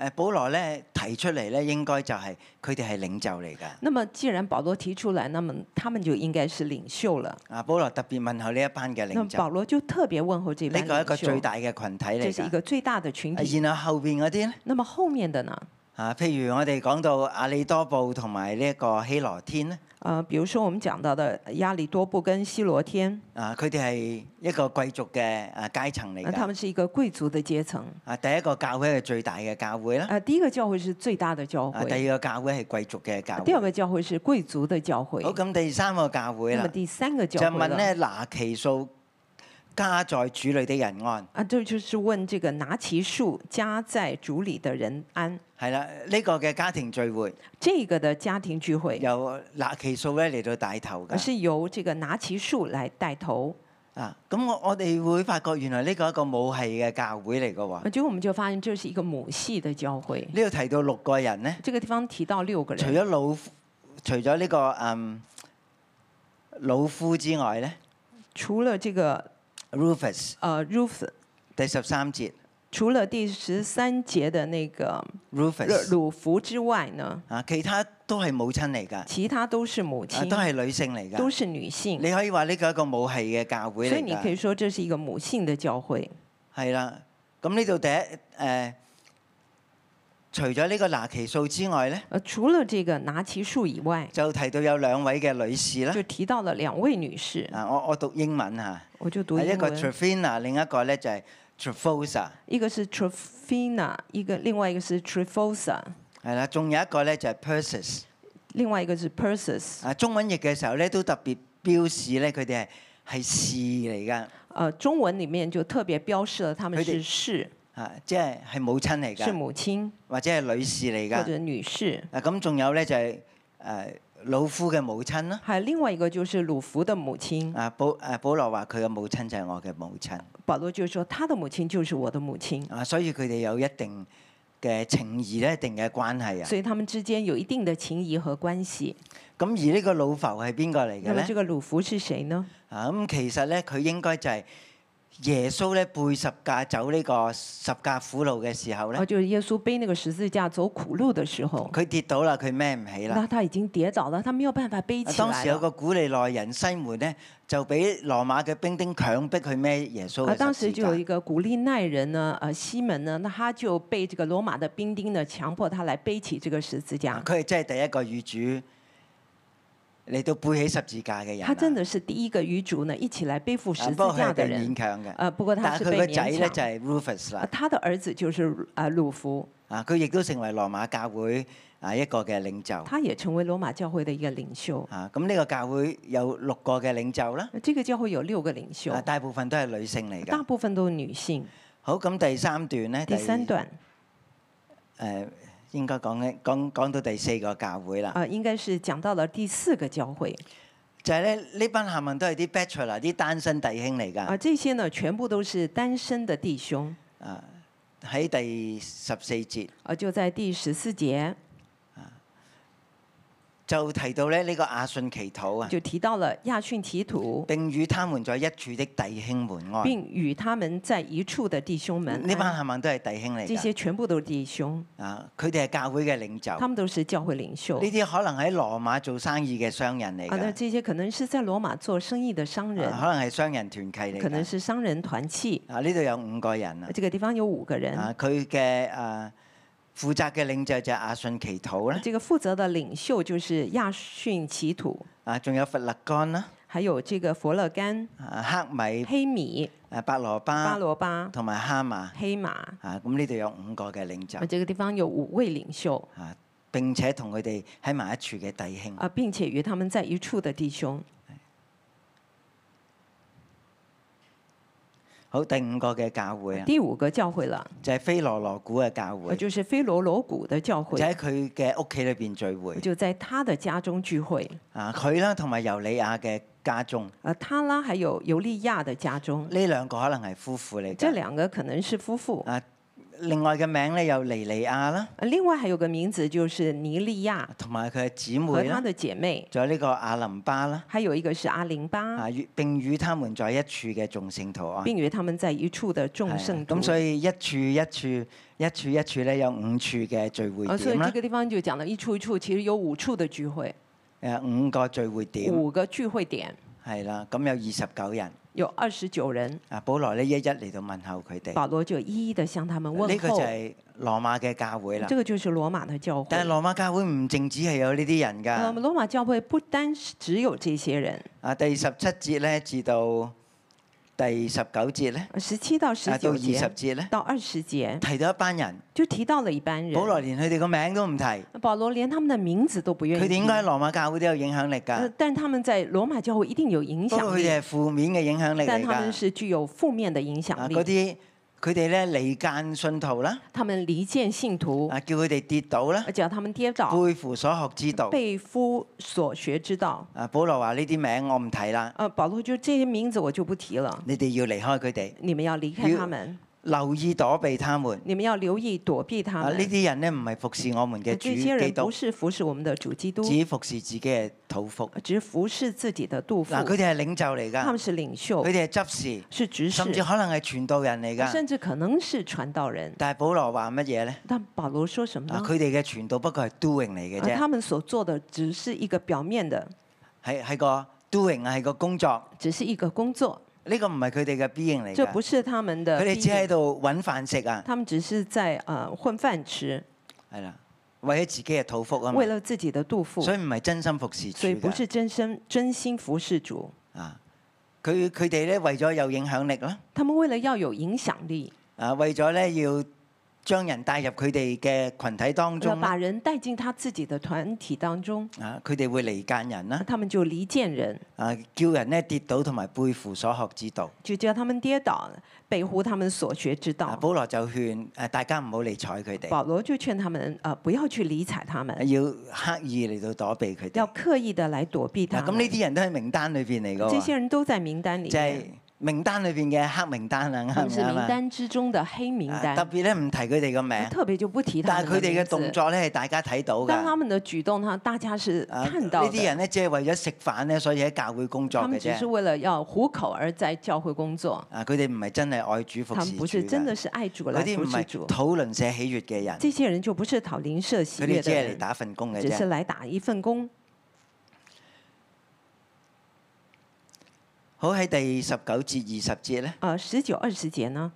誒，保羅咧提出嚟咧，應該就係佢哋係領袖嚟㗎。那麼既然保羅提出來，那麼他們就應該是領袖了。啊，保羅特別問候呢一班嘅那麼領保袖，羅就特別問候這呢班個係一個領最袖，大嘅群體這嚟是一㗎。個最大的呃群體。啊然後後邊嗰啲咧，那麼後面的呢？啊，譬如我哋講到阿里多布同埋呢一個希羅天咧，呃，比如說我們講到的亞里多布跟希羅天，啊，佢哋係一個貴族嘅啊階層嚟那他㗎。們是一個貴族的階層。啊，第一個教會係最大嘅教會啦，啊，第一個教會是最大的教啊，會，第二個教會係貴族嘅教第二會。個教會是貴族的教會好，。咁第三個教會那麼啦，第三個就教會問呢？咧拿其數加在主裏的人安。啊，這就是問這個拿其數加在主里的人安，係啦，呢、個嘅家庭聚會這個的家庭聚會由拿其數咧嚟到帶頭而㗎。是由這個拿其數來帶頭。啊，咁我我哋會發覺原來呢個係一個母系嘅教會嚟㗎喎。啊，結果我們就發現這是一個母系的教會。呢度提到六個人咧。這個地方提到六個除人，咗老夫，除咗呢、個嗯老夫之外咧除了這個，Rufus 呃 Ruf，第十三節除了第十三節的那個呃 Rufus 魯弗之外呢，啊，其他都係母親嚟㗎，其他都是母啊都親，係女性嚟都㗎。是女性，你可以話呢個一個母系嘅教會所以嚟你可以㗎，說這是一個母性的教會。係啦。咁呢度第一誒、呃除咗呢個拿奇數之外咧，呃，除了這個拿其數以外，就提到有兩位嘅女士啦。就提到了兩位女士，啊，我我讀英文嚇，我就讀係英一個文， Trevina，另一個咧就係 Trefosa，一個是 Trofina，一個另外一個是 Trefosa，係啦，仲有一個咧就係 Persis。另外一個是 Persis。啊，中文譯嘅時候咧，都特別標示咧，佢哋係係士嚟噶，呃，中文裡面就特別標示了他們佢哋是士，啊，即係係母親嚟是噶，母親或者係女士嚟或噶。者女士。啊，咁仲有咧就係、誒、老夫嘅母親啦。還有另外一個就是魯弗的母親，啊，保誒保羅話佢嘅母親就係我嘅母親。保羅就說他的母親就是我的母親，啊，所以佢哋有一定嘅情義咧，一定嘅關係啊。所以他們之間有一定的情誼和關係。咁而呢個老浮係邊個嚟那嘅麼咧？這個魯弗是誰呢？啊，咁其實咧佢應該就係耶穌咧背十架走呢個十架苦路嘅時候咧哦，，就是耶穌背那個十字架走苦路的時候，佢跌倒啦，佢孭唔起啦。那他已經跌倒了，他沒有辦法背起當來時有了。個古利奈人西門呢，就俾羅馬嘅兵丁強迫佢孭耶穌啊，嘅當十時字就有一架。個古利奈人呢，呃，西門呢，那他就被這個羅馬的兵丁呢強迫他來背起這個十字架。啊佢係真係第一個與主嚟到背起十字架嘅人啊。他真的是第一個與主呢一起來背負十啊字不過佢架係的被人勉。強嘅，呃，不過他但是係佢個被仔勉咧強就。係 Rufus 呃啦。他的兒子就是呃魯弗，啊，佢亦都成為羅馬教會啊一個嘅領袖。他也成為羅馬教會的一個領袖。啊，咁呢個教會有六個嘅領袖啦，那這個教會有六個領袖啊，，大部分都係女性嚟大㗎。部分都是女性。好，咁第三段呃咧，第三段誒應該講緊講講到第四個教會啦。呃，應該是講到了第四個教會就係咧，呢班下文都係啲 bachelor 啲單身弟兄嚟啊，㗎。這些呢全部都是單身的弟兄啊，喺第十四節啊，就在第十四節就提到咧呢個亞信祈禱啊，就提到了亞遜提土，並與他們在一處的弟兄們安。並與他們在一處的弟兄們呢班安，下文都係弟兄嚟這㗎。些全部都是弟兄，啊，佢哋係教會嘅領袖。他呢們都是教會領袖啲可能喺羅馬做生意嘅商人嚟啊。那㗎，這些可能是在羅馬做生意的商人啊，啊可能係商人團契嚟可能㗎。是商人團契。啊，呢度有五個人啊。這個地方有五個人，啊，佢嘅啊負責嘅領袖就係亞信祈禱啦。這個負責的領袖就是亞遜祈土，啊，仲有佛勒干啦。还有这个佛勒干、啊黑米、黑米、誒白蘿巴蔔罗巴、同埋哈麻黑马。啊，咁呢度有五個嘅領啊，袖这个地方有五位领袖啊，並且同佢哋喺埋一處嘅弟兄。啊，并且与他们在一处的弟兄。好，第五個嘅教會啊，第五个教会了，就係非羅羅古嘅教呃會，就就是菲罗罗谷的教会，喺佢嘅屋企裏邊聚會就在他的家中聚会。啊，佢啦同埋尤里亞嘅家中，呃，他拉还有尤利亚的家中，呢兩個可能係夫婦嚟这㗎。两个可能是夫妇。啊，另外嘅名咧有尼利亞啦，呃另外还有个名字就是尼利亚同埋佢嘅姊和妹她啦，的姐妹，仲有呢個阿林巴啦。还有一个是阿林巴，啊，與並與他們在一處嘅眾聖徒啊。并与他们在一处的众係啊圣徒。咁所以一處一處一處一處咧有五處嘅聚會呃，所以點这啦，个地方就講了一处一处，其實有五处的聚會，誒五個聚會點五個聚會點，係啦，咁有二十九人。有二十九人。啊，保羅呢一一嚟到問候佢哋，保羅就一一的向他们問候。呢個就係羅馬嘅教會啦这。個就是羅馬的教但係會。羅馬教會唔淨止係有呢啲人呃，㗎。羅馬教會不單是只有這些人，啊，第十七節咧至到第十九節咧，呃十七到十啊到九二十節節咧，到二十節提到一班人，就提到了一班人。保羅連佢哋個名都唔提，佢保羅連他們的名字都不願意哋提。應該喺羅馬教會都有影響力呃㗎。但他們在羅馬教會一定有影不過響佢力，哋係負面嘅影響力但嚟他們㗎。是具有負面的影響啊，嗰力。啲佢哋咧離間信徒啦，他們離間信徒，啊叫佢哋跌倒啦，而叫他們跌倒。背負所學之道。哎被夫所学之道。啊，保羅話呢啲名我唔提啦，呃，保罗就这些名字我就不提了，你哋要離開佢哋。你们要离开要他们，留意躲避他們。你们要留意躲避他啊！们。呢啲人呢，唔係服侍我們嘅呃主这些基人不督，是服侍我们的主基督，只服侍自己嘅肚腹。呃只服侍自己的肚腹。嗱，佢哋係領袖嚟他㗎，们是领袖佢，哋係執是事，执事甚，至可能係傳道人嚟呃甚㗎。至可能是传道人。但係保羅話乜嘢呢？但保罗说什么啊，呢？佢哋嘅傳道不過係 doing 嚟嘅呃啫，他们所做的只是一个表面的，係係個 doing 啊，係個工作。只是一个工作，呢個唔係佢哋嘅 being 嚟这不㗎，是啊他们的佢利哋只喺益。度揾飯食啊，他们只是在呃混饭吃，係啦，為咗自己嘅肚腹啊嘛为，了自己的肚腹，所以唔係真心服侍主所以不㗎。是真心真心服侍主。啊，佢佢哋咧為咗有影響力啦。他们为了要有影响力，啊，為咗咧要將人帶入佢哋嘅群體當要中把啦，人带进他自己的团体当中，啊，佢哋會離間人啦，他们就离间人，啊，叫人咧跌倒同埋背負所學之道。就叫他们跌倒，背乎他们所学之啊，道。保羅就勸誒大家唔好理睬佢哋，保罗就劝他们，呃，不要去理睬他们，要刻意嚟到躲避佢哋。要啊，刻意的来躲避他咁呢们。啲人都喺名單裏邊嚟这㗎些喎，人都在名单里就 係面，名單裏邊嘅黑名單啊，他啱们唔是名啱单之中的黑名啊啊？特单，別咧唔提佢哋個名，特别就不提他但係佢们的哋名嘅動字。作咧係大家睇到但他㗎。们的举动呢，大家是啊，看呢到啲的。人咧只係為咗食飯咧，所以喺教會工作他嘅们只是啫。为了要糊口而在教会工作，啊，佢哋唔係真係愛主服他侍们主不是真㗎的是爱主嗰来啲服唔侍係主。討論社喜悦嘅人，这些人就不是讨邻舍喜佢悦哋只的係嚟人，打份工嘅只是啫。来打一份工。好喺第十九節二十節咧，呃，十九二十节呢，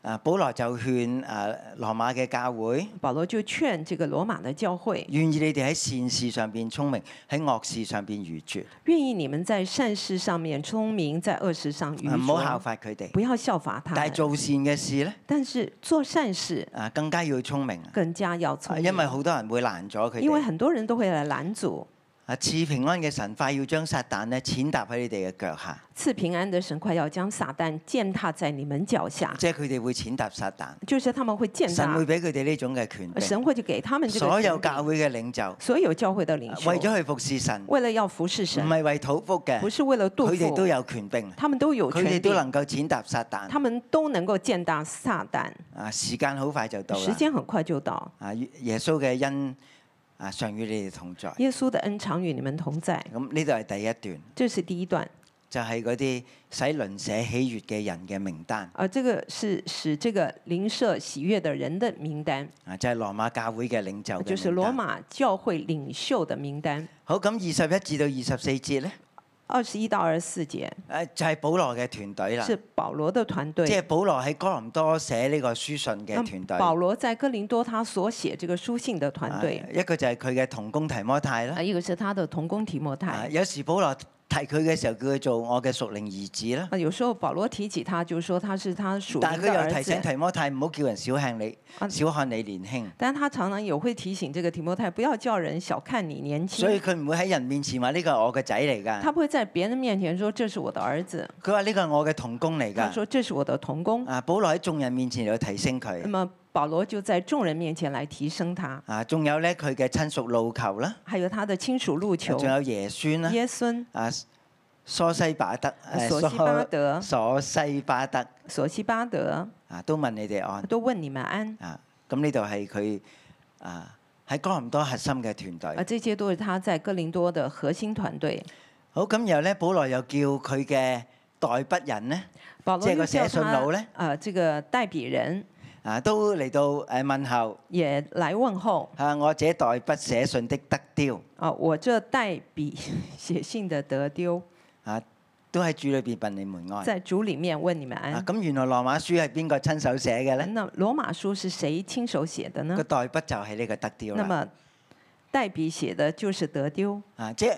啊，保羅就勸啊羅馬嘅教會，保羅就劝这个羅馬的教會，願意你哋喺善事上邊聰明，喺惡事上邊愚拙，愿意你们在善事上面聪明，在恶事上愚啊唔好效拙，法佢哋。不要效法他但们係。做善嘅事咧，但是做善事啊更加要聰明，啊更加要聪因為明，好多人會攔咗佢因為哋。很多人都會来拦阻。啊，賜平安嘅神快要將撒旦咧踐踏喺你哋嘅腳下，赐平安的神快要將撒旦践踏在你们腳下，即係佢哋會踐踏撒旦。就是他們會践神踏呃會，俾佢哋呢種嘅權神柄。会就給他們这所個有權柄。教會嘅領袖，所有教會的领袖為，咗去服侍神。為了要服侍唔神，係為肚腹嘅，不是為了肚佢哋腹都，有權柄，他們都有佢哋權都柄，能夠踐踏撒旦。他們都能夠踐踏撒旦。啊，時間好快就到時啦。間很快就到，啊，耶穌嘅恩啊，常與你哋同在。耶穌的恩常與你們同在。咁呢度係第一段，这是第一段，就係嗰啲使鄰舍喜悦嘅人嘅名單。而这個是使這個灵舍喜悦的人的名單，啊，就係羅馬教會嘅領袖啊就是嘅羅名單。馬教會領袖的名單。好，咁二十一至到二十四節咧，二十一到二十四節誒就係保羅嘅團隊啦，是保羅的團即係隊，保羅喺哥林多寫呢個書信嘅團隊。保羅在哥林多他所寫這個書信的團啊隊，一個就係佢嘅同工提摩太啦哎啊，。一個是他的同工提摩啊太，有時保羅提佢嘅時候，叫佢做我嘅屬靈兒子啦。啊，有时候保罗提起他，就说他是他属但灵係佢的又儿提醒子。提摩太唔好叫人小看你，啊小看你年輕。但他常常也会提醒这个提摩太，不要叫人小看你年轻所。以佢哎唔會喺人面前話呢個係我嘅仔嚟他㗎，不会在别人面前说这是我的儿子，佢話呢個係我嘅童工嚟他㗎。说这是我的童工。啊，保羅喺眾人面前嚟到提升那佢。么保罗就在众人面前来提升他，啊，仲有咧佢嘅親屬路求啦，还有他的亲属路求仲、有耶孫啦，耶孙、啊，蘇西巴德，誒索西巴德蘇西巴德索西巴德，啊，都問你哋安都問你们安。啊。咁呢度係佢啊喺哥林多核心嘅團隊。啊，这些都是他在哥林多的核心团队。好，咁然後咧，保羅又叫佢嘅代筆人咧，保罗这又个叫写信他佬呢啊，这个代笔人啊，都嚟到誒問候也来問候啊，我這代筆寫信的得丟啊，我这代笔 写信的得丢，啊，都喺主裏邊問你們安。在主里面问你们哎啊安，。咁原來羅馬書係邊個親手寫嘅咧？那罗马书是谁亲手写的呢個？代筆就係呢個得丟那啦。么代笔写的就是得丢啊，即係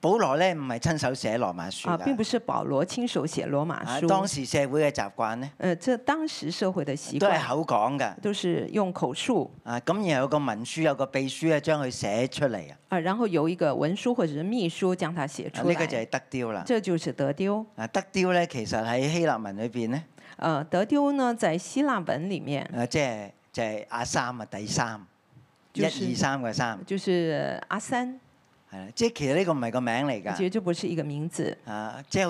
保羅咧唔係親手寫羅馬書啊，并不㗎。是保罗亲手写罗马啊，书。當時社會嘅習慣咧，呃，这当时社会的习都係惯口講㗎。都是用口述啊，咁然後有個文書有個秘書咧，將佢寫出嚟啊。啊，然后由一個文書或者是秘書将它写啊出呢来。個就係得丟啦。这就是得丢。啊，得丟咧，其實喺希臘文裏邊咧，呃，得丢呢，在希腊文里面誒啊即係就係阿三啊，第三，一就二是三嘅三，就是阿三，係啦，即係其實呢個唔係個名嚟其㗎，实这不是一个名字。啊，即係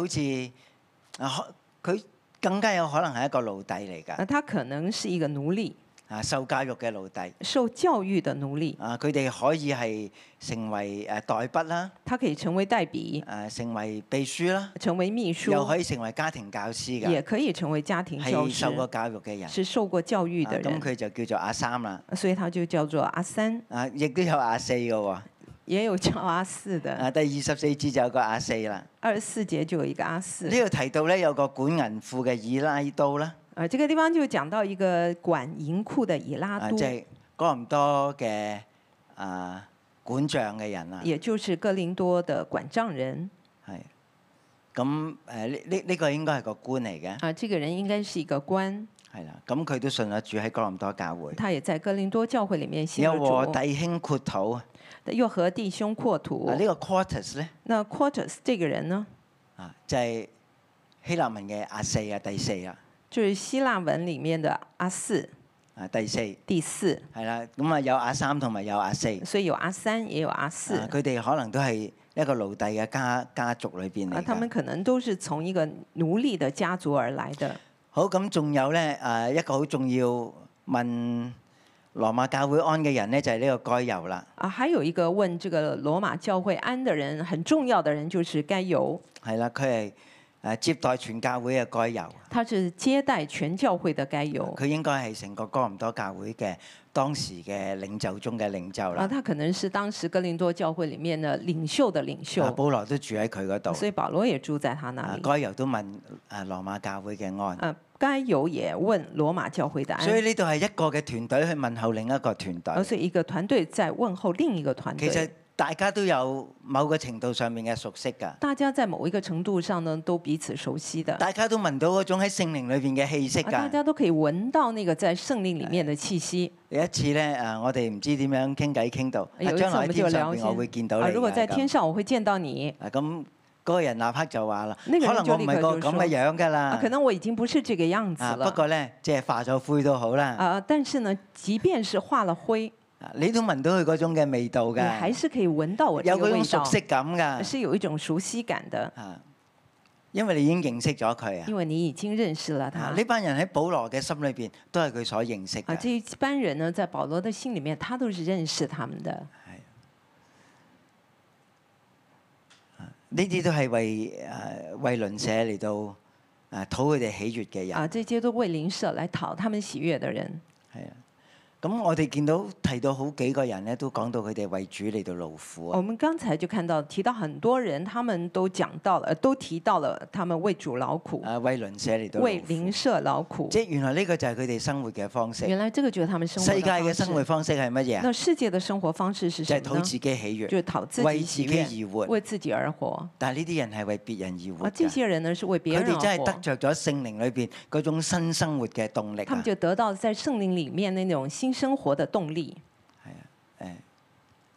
好似啊，可佢更加有可能係一個奴隸嚟㗎，呃，他可能是一个奴隶，啊，受教育嘅奴隸，受教育的奴隶，啊，佢哋可以係成為誒代筆啦，他可以成为代笔，誒成為秘書啦，成为秘书，又可以成為家庭教師也㗎，可以成为家庭教係师受，過教育嘅人，是受过教育啊的咁人，佢就叫做阿三啦，所以他就叫做阿三，啊，亦都有阿四嘅喎，也有叫阿四的。啊，第二十四節就有個阿四啦。二十四节就有一个阿四呢，度提到咧有個管銀庫嘅以拉都啦，呃，这个地方就讲到一个管银库的以拉啊，都即，係哥林多嘅啊管帳嘅人啊，也就是哥林多的管账人係咁誒呢呢呢個應該係個官嚟嘅，啊、这个人应该是一个官，係啦，咁佢都信咗主喺哥林多教會，他也在哥林多教会里面信有了和主。弟兄闊土啊，又和弟兄扩土。嗱呢個 quartus 咧那 Quartus 这个人呢，啊就係希臘文嘅阿四啊第四啊就是希腊文里面的阿四，啊第四第四，係啦，咁啊有阿三同埋有阿四，啊所以有阿三也有阿四。啊佢哋可能都係一個奴隸嘅家家族裏邊啊，嚟他㗎们。可能都是从一个奴隶的家族而来的。好，咁仲有咧，誒、一個好重要問羅馬教會安嘅人咧，就係、呢個該猶啦，啊，还有一个问这个罗马教会安的人，很重要的人就是该犹，係啦，佢係誒接待全教會嘅該猶，他是接待全教会的该犹。佢應該係成個哥林多教會嘅當時嘅領袖中嘅領袖啊，啦。他可能是当时哥林多教会里面的领袖的领袖啊，，保羅都住喺佢嗰所度，以保羅也住在他那啊里。該猶都問誒羅馬教會嘅安，啊，该犹也问羅馬教會的安。所以呢度係一個嘅團隊去問候另一個團隊而，是一个团队在问候另一个团其實队。大家都有某個程度上面嘅熟悉㗎，大家在某一个程度上呢，都彼此熟悉的，啊，大家都聞到嗰種喺聖靈裏邊嘅氣息㗎。大家都可以闻到那个在圣灵里面的气息。有一次咧，誒，我哋唔知點樣傾偈傾到，啊，有一次將我來喺们就天上聊邊先我會見到你啊，嘅。如果在天咁上我会见到你，啊，咁嗰個人立刻就話啦，可那個人能就我唔立係個刻就咁說嘅樣㗎啊啦，可能我已经不是这个样子啊，不了，過咧，即係化咗灰都好啦，啊，但是呢，即便是化了灰，啊你都聞到佢嗰種嘅味道你还㗎，是可以闻到我有这个嗰味種熟道，悉啊感㗎，是有一种熟悉感的，啊，因為你已經認識咗佢因啊为你已经认识了啊，他呢。班人喺保羅嘅心裏邊都係佢所認識啊，嘅。这一班人呢，在保罗的心里面，他都是认识他们的。呢啲都係為誒為鄰舍嚟到誒討佢哋喜悅嘅人啊啊，。这些都为邻舍来讨他们喜悦的人。係啊，咁我哋見到提到好幾個人咧，都講到佢哋為主嚟到勞苦我啊。们刚才就看到提到很多人，他们都讲到了，呃都提到了他们为主劳苦，誒為鄰舍嚟到哦为勞啊苦，邻舍劳苦。即係原來呢個就係佢哋生活嘅方式。原来这个就是他们生活世界方嘅式生活方式係乜嘢啊？那世界的生活方式是就係什討么呢？自己喜悦就。是讨自為己自喜己悦而活，为自己而活。但係呢啲人係為別人而活啊，这㗎。些人呢是为别佢人啊哋真而係活，得着咗聖靈裏邊嗰種新生活嘅動力他啊们！就得到在圣灵里面那种新生活的动力。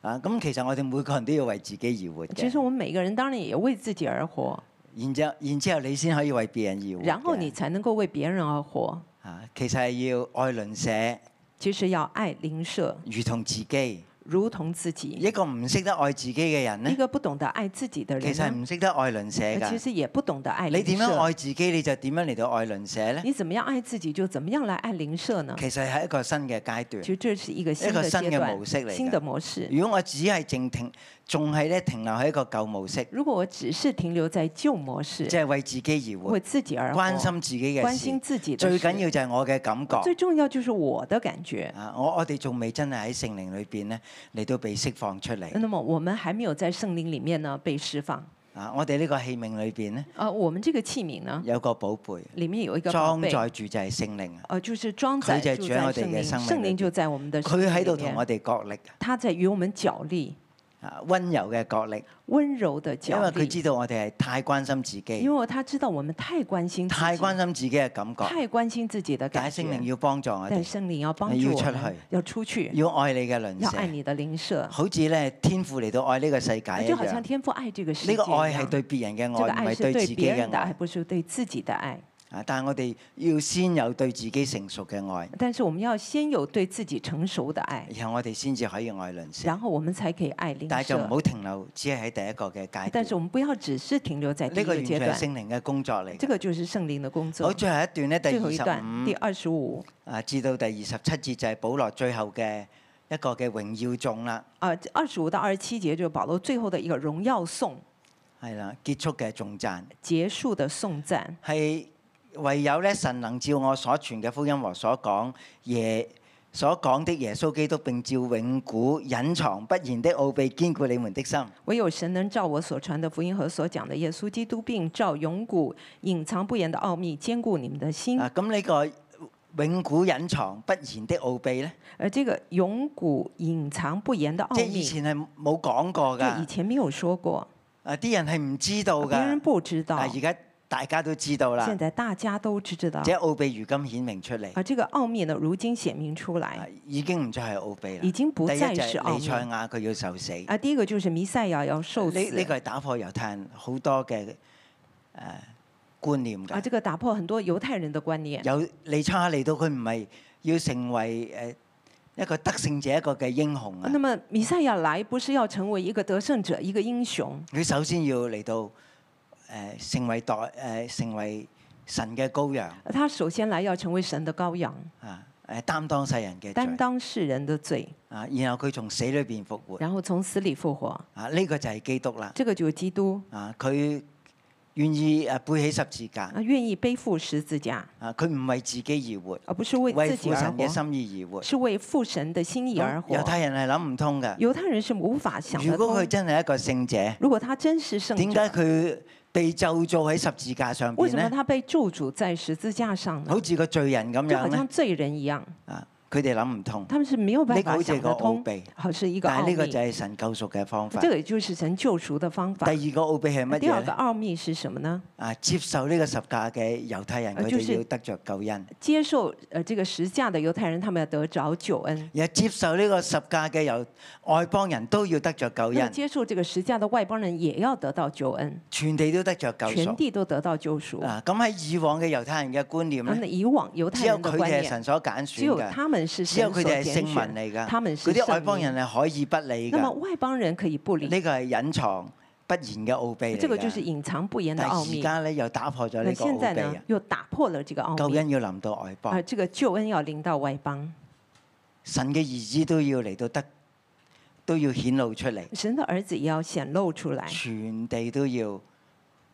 啊，咁其實我哋每個人都要為自己而活其实嘅。我们每个人当然也为自己而活，然之後，然之後你先可以為別人而活嘅。然后你才能够为別人而活。啊，其實係要愛鄰舍，其实要爱邻舍，如同自己。如同自己。一個唔識得愛自己嘅人一咧，个不懂得愛自己的其人實係呢，唔識得愛鄰舍呃其㗎。实也不懂得爱你邻點樣舍。愛自己，你就點樣嚟到愛鄰舍咧？啊你怎么样愛自己，就怎么样来愛邻舍呢？其實係一個新嘅階段其。實这是一个新一個的新阶嘅段模式嚟，㗎新的模式。如果我只係淨停，仲係咧停留喺一個舊模式，如果我只是停留在旧模即式，係為自己而活为，自己而活，關心自己关心嘅自己事，的最事，緊要就係我嘅感覺最。重要就是我的感觉。啊！我我哋仲未真係喺聖靈裏邊咧嚟到被釋放出嚟那么我们还没有在圣灵里面呢被释放。啊！我哋呢個器皿裏邊咧呃，我们这个器皿呢，有個寶貝，里面有一个宝裝贝，載住就係聖靈啊！呃，就是装载佢就係住主喺在我哋圣嘅灵，生命圣裏灵就面在我们的生佢命喺度里同面我哋角力他在与我们角力，啊，温柔嘅角力，温柔的因角為力，佢知道我哋係太關心自己，因为他知道我们太关心自己，太關心自己嘅感覺，太关心自己的但感係聖靈觉。要幫助我但哋，圣灵要帮你助要我出们去，要出去，要愛你嘅鄰要爱舍。你的邻舍，好似咧天父嚟到愛呢個世界一就好像樣，天父愛这个世呢界一個样。愛係對別人嘅这个愛，唔爱係是對自对己别人嘅的爱，愛。不是对自己的爱。啊！但係我哋要先有對自己成熟嘅愛，但是我们要先有对自己成熟的爱，然後我哋先至可以愛鄰舍。然后我们才可以爱邻但係就唔舍。好停留，只係喺第一個嘅階但段。是我们不要只是停留在第呢一個个完阶全係段，聖靈嘅工作嚟这嘅。个就是圣灵的工好，作。最後一嗯段咧，第最后二一十段第五二十五啊，至到第二十七節就係保羅最後嘅一個嘅榮耀頌啦，啊，二十五到二十七节就是保罗最后的一个荣耀颂，係啦，結束嘅頌讚结束的颂赞。係唯有咧神能照我所傳嘅福音和所講耶所講的耶穌基督，並照永古隱藏不言的奧秘，堅固你們的心。唯有神能照我所传的福音和所讲的耶稣基督，并照永古隐藏不言的奥秘，坚固你们的心。啊，咁呢個永古隱藏不言的奧秘咧，而这个永古隐藏不言的奥即係秘，以前係冇講過就以㗎。前没有说过，啊，啲人係唔知道别人㗎。不知道但，係而家大家都知道啦现，在大家都知道即。係奧秘如今顯明出嚟，而这個奥秘呢，如今顯明出啊来。已經唔再係奧秘啦。已經不第一再就係是奧彌秘賽亞佢要受死，呢啊，第一个就是弥赛亚要受死，呢個係打破猶太人好多嘅誒觀念啊，㗎。这个打破很多猶太人的觀念。有彌賽亞嚟到，佢唔係要成為呃誒一個得勝者一個嘅英雄啊那，么弥赛亞来不是要成为一个得胜者、一个英雄，佢首先要嚟到誒成為代誒成為神嘅羔羊他首先来要成為神的羔羊，啊，誒擔當世人嘅擔罪當世人的罪，啊，然後佢從死裏邊復活然後從死里復活。啊，呢個就係基督啦。這個就是基督，啊，佢願意誒背起十字架，啊，願意背負十字架，啊，佢唔為自己而活，而不是為為自己父而神嘅活，心意而活。是為父神的心意而咁活。猶哦太人係諗唔通嘅。猶太人是無法想如得果通佢。真係一個聖者，如果他真是聖點解者，佢被咒詛喺十字架上為邊什麼呢？他被咒詛在十字架上呢？好似個罪人咁就好樣像呢，罪人一樣，啊，佢哋諗唔通。他們是沒有辦呢個法好似想係個得通奧，秘，好是一個但奧係呢個秘就。係神救贖嘅方法。这第个也就是神救赎的方法。二個奧秘係乜第嘢二个呢？奥秘是什么呢？啊，接受呢個十架嘅猶太人，呃佢就是哋要得着救恩。接受呃这个十架的犹太人，他们要得着救恩；而接受呢個十架嘅猶外邦人都要得着救那么恩。接受这个十架的外邦人也要得到救恩，全地都得着救全贖地都得到救赎。啊！咁喺以往嘅猶太人嘅觀念那么咧，以往犹只太有人的佢观哋係念，神所揀只有選嘅，他们是只有神所佢哋係聖拣民选，嚟㗎，他们是嗰啲外聖邦人民。係可以不理那么㗎。外邦人可以不理，呢個係隱藏不言嘅奧秘嚟这个就是㗎。隐藏不言的但奥係而秘。家咧又打破咗那呢個现奧在秘呢啊，！又打破了这个奥救秘，恩要臨到外啊，邦，这个救恩要临到外邦，神嘅兒子都要嚟到得，都要顯露出嚟，神的儿子也要显露出来，全地都要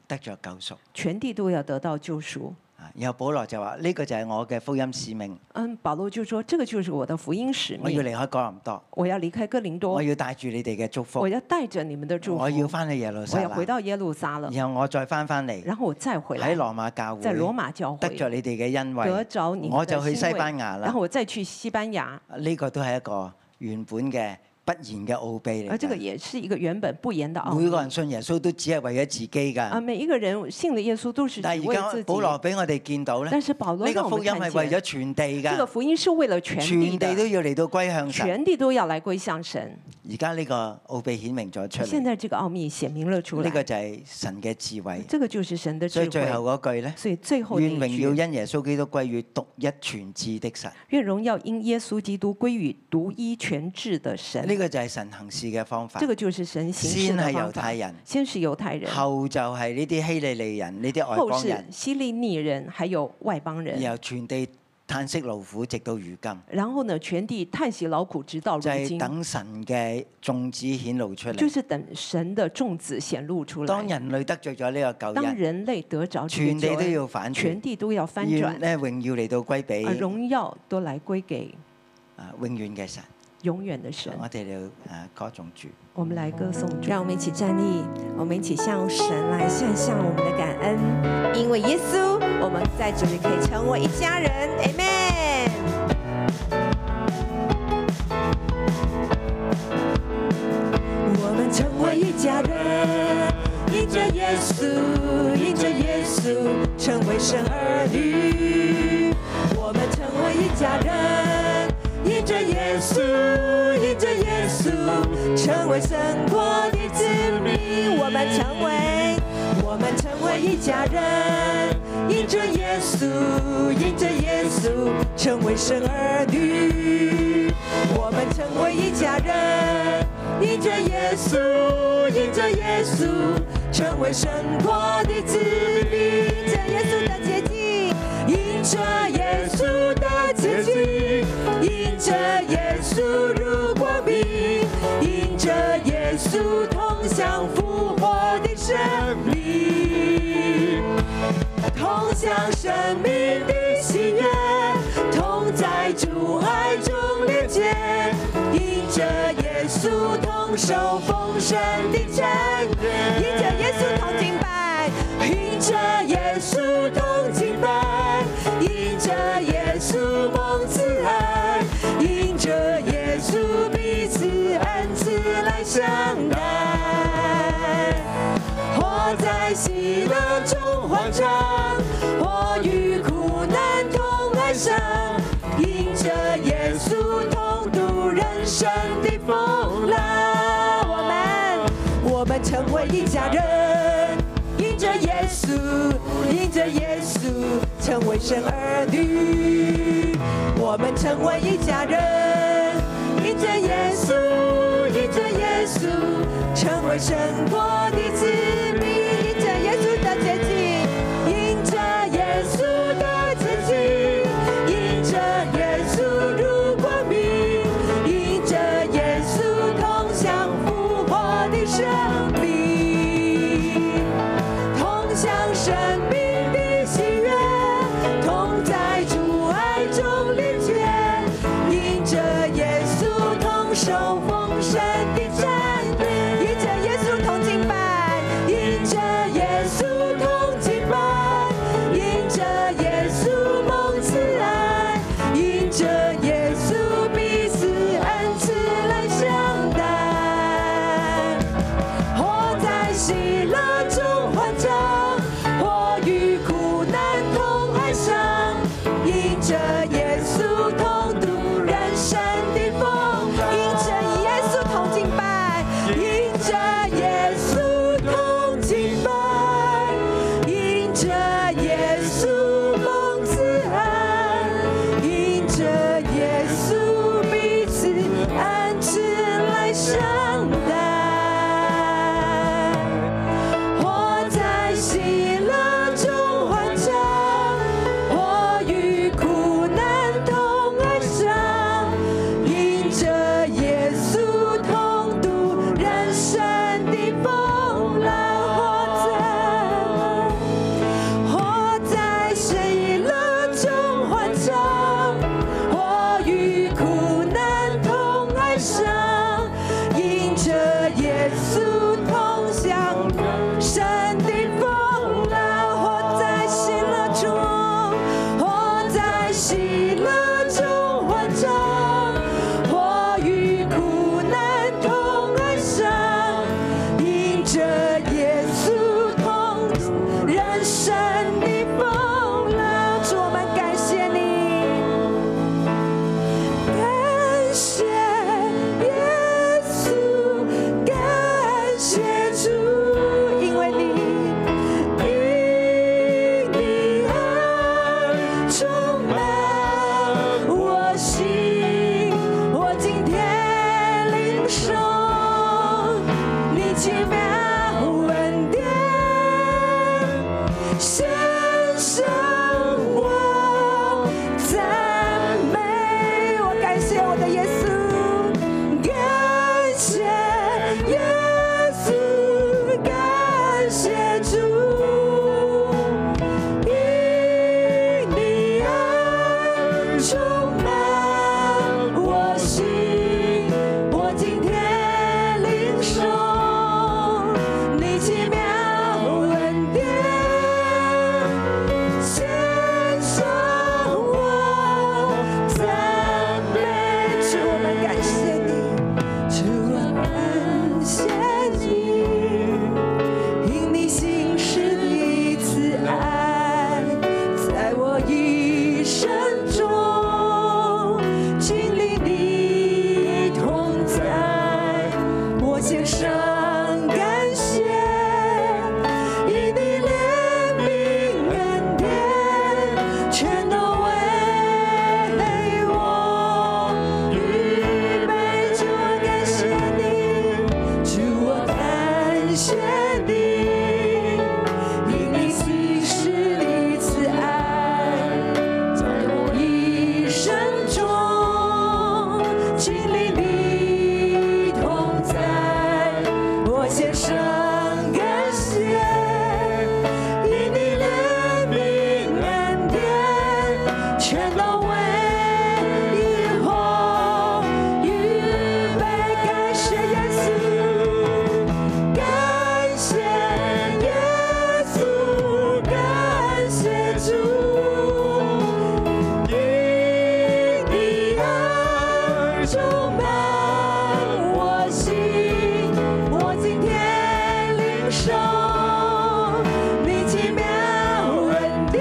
得着救贖全地都要得到救赎。啊！啊然後保羅就話：呢、個就係我嘅福音使命，嗯，保罗就说這個就是我的福音使我要命，離開哥林多，我要離開哥林多我，要帶住你哋嘅祝福我，要帶着你們的祝福，我要翻去耶路我撒要回冷，到耶路撒冷，然後我再翻翻嚟然後我再回喺來，羅馬教在羅會馬教得着會你哋嘅恩得惠，着你我們就的去欣西慰，班牙然啦後。我再去西班牙，呢個都係一個原本嘅不然嘅奧秘嚟而這個㗎。也是一個原本不言的奧每個人秘。信耶穌都只係為咗自己哦啊，㗎，每一個人信了耶穌都是但係而只為自家己保，羅俾我哋見到咧，但是保羅呢讓個我福們音看係為見咗，全地這個㗎，福音是為了全全地地都的，要嚟到歸向神。全地都要來歸向神。而家呢個奧秘顯明咗出現嚟，在這個奧秘顯明了出呢來，個就係神嘅智慧。這個就是神的智所以慧。最後嗰句咧，所以最後那願一榮句，耀因耶穌基督歸於獨一全智的神。願榮耀因耶穌基督歸於獨一全智的神。呢個就係神行事嘅方法這。個就是神行事先的係方猶法太。人，先是猶太人，後就係呢啲希利利人、呢啲外後邦是人，希利尼人，還有外邦然人。後全地嘆息勞苦，直到如今，然後呢，全地嘆息勞苦，直到如就係、今，等神嘅種子顯露出就嚟。是等神的眾子顯露出當來。人類得罪咗呢個救當恩，人類得着這個全地救都恩，要反全轉，地都要翻轉願，咧榮耀嚟到歸俾而榮耀都來歸給啊永遠嘅神。永遠的神。我哋要啊歌頌主。我們來歌頌主。让我们一起站立，我们一起向神来献上我们的感恩，因为耶稣，我们在主里可以成为一家人，Amen。我们成为一家人，因着耶稣，因着耶稣，成为神儿女。我们成为一家人，因着耶稣，因着耶稣，成为神国的子民。我们成为，我们成为一家人，因着耶稣，因着耶稣，成为神儿女。我们成为一家人，因着耶稣，因着耶稣，成为神国的子民。因着耶稣的捷径，因着耶稣的捷径，因着耶稣如光明，因着耶稣同享复活的生命。同享生命的喜悦，同在主爱中连接，因着耶稣同受丰盛的产业，因着耶稣同敬拜，因着耶稣同敬拜，因着耶稣蒙慈爱，因着耶稣彼此恩慈来相待。活在喜乐中欢唱，我与苦难同哀伤，迎着耶稣同度人生的风浪。我们，我们成为一家人，迎着耶稣，迎着耶稣，成为神儿女。我们成为一家人，迎着耶稣，迎着耶稣，成为神国的子民，迎着耶稣的捷径，迎着耶稣的捷径，迎着耶稣如光明，迎着耶稣同享复活的生命。同享生命的喜悦，同在主爱中连接，因着耶稣同受丰盛的产业，因着耶稣同敬拜，因喜乐中欢唱，或与苦难同哀伤，因着耶稣同人生的风浪。主，我们感谢你。感谢耶稣，感谢主，因为你因你而充满我心。我今天领受你奇妙恩典，献上我赞美，我感谢我的耶稣，感谢耶稣，感谢主，因你爱充满我心，我今天领受你奇妙恩典。献上我赞美，主我们感谢你，主我们谢你，因你心事的慈爱，在我一生中经历你同在，我献上感谢，因你怜悯恩典，全都为我预备。主我感谢你，主我感谢你，因你信实的慈爱。在我一生中，经历你同在，我献上感谢，因你怜悯恩典，全都为我预备，感谢耶稣，感谢耶稣，感谢主。因你而充满我心，我今天领受你奇妙恩典，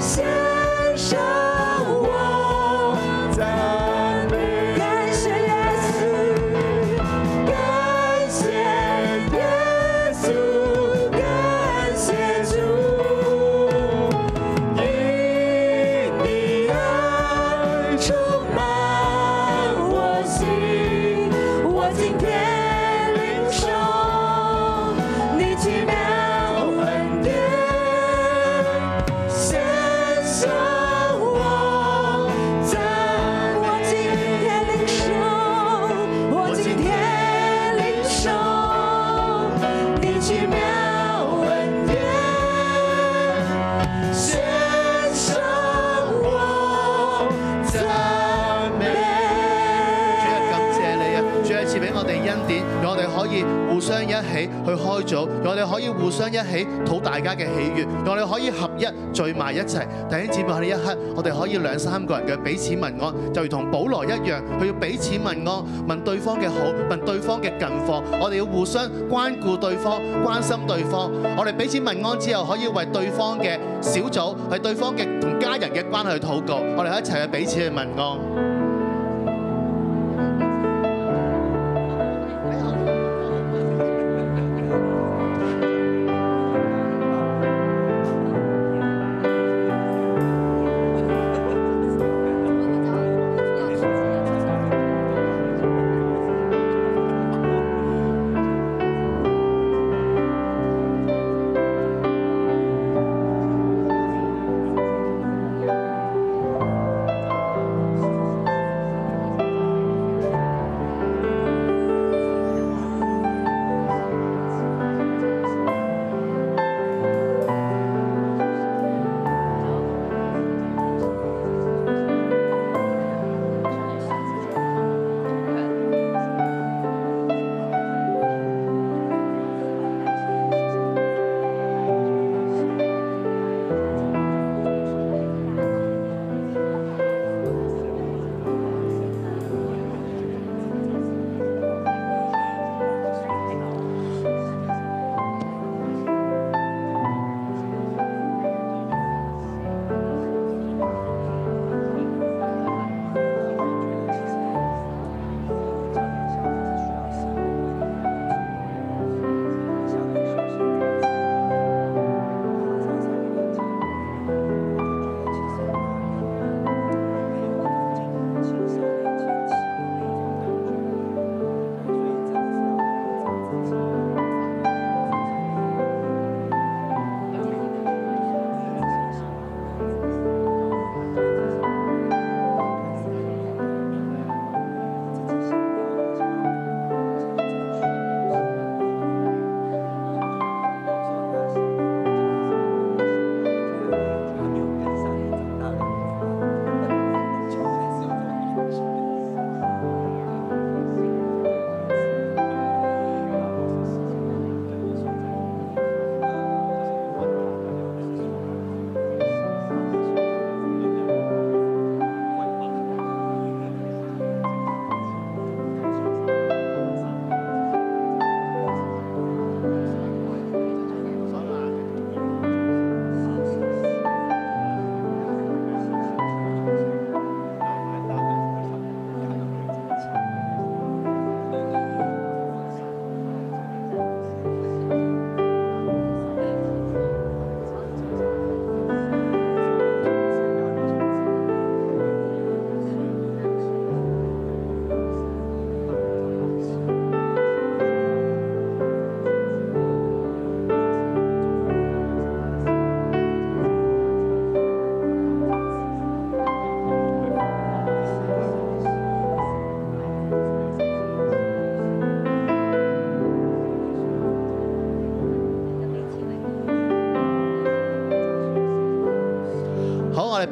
献上我赞美，感谢耶稣，感谢耶稣，感谢主。因你爱充满我心，我今天领受你奇妙恩典，献上我赞美。我今天领受，我今天领受你奇妙恩典。献上我赞主啊，美。感謝你啊！主啊，賜俾我哋恩典，讓我哋可以互相一起去開組，讓我哋可以互相一起討大家嘅喜悦，讓我哋可以合一聚埋一齊。弟兄姊妹喺呢一刻，我哋可以兩三個人嘅彼此問安，就如同保羅一樣，佢要彼此問安，問對方嘅好，問對方嘅近況。我哋要互相關顧對方，關心對方。我哋彼此問安之後，可以為對方嘅小組、為對方嘅同家人嘅關係去禱告。我哋一齊去彼此去問安。我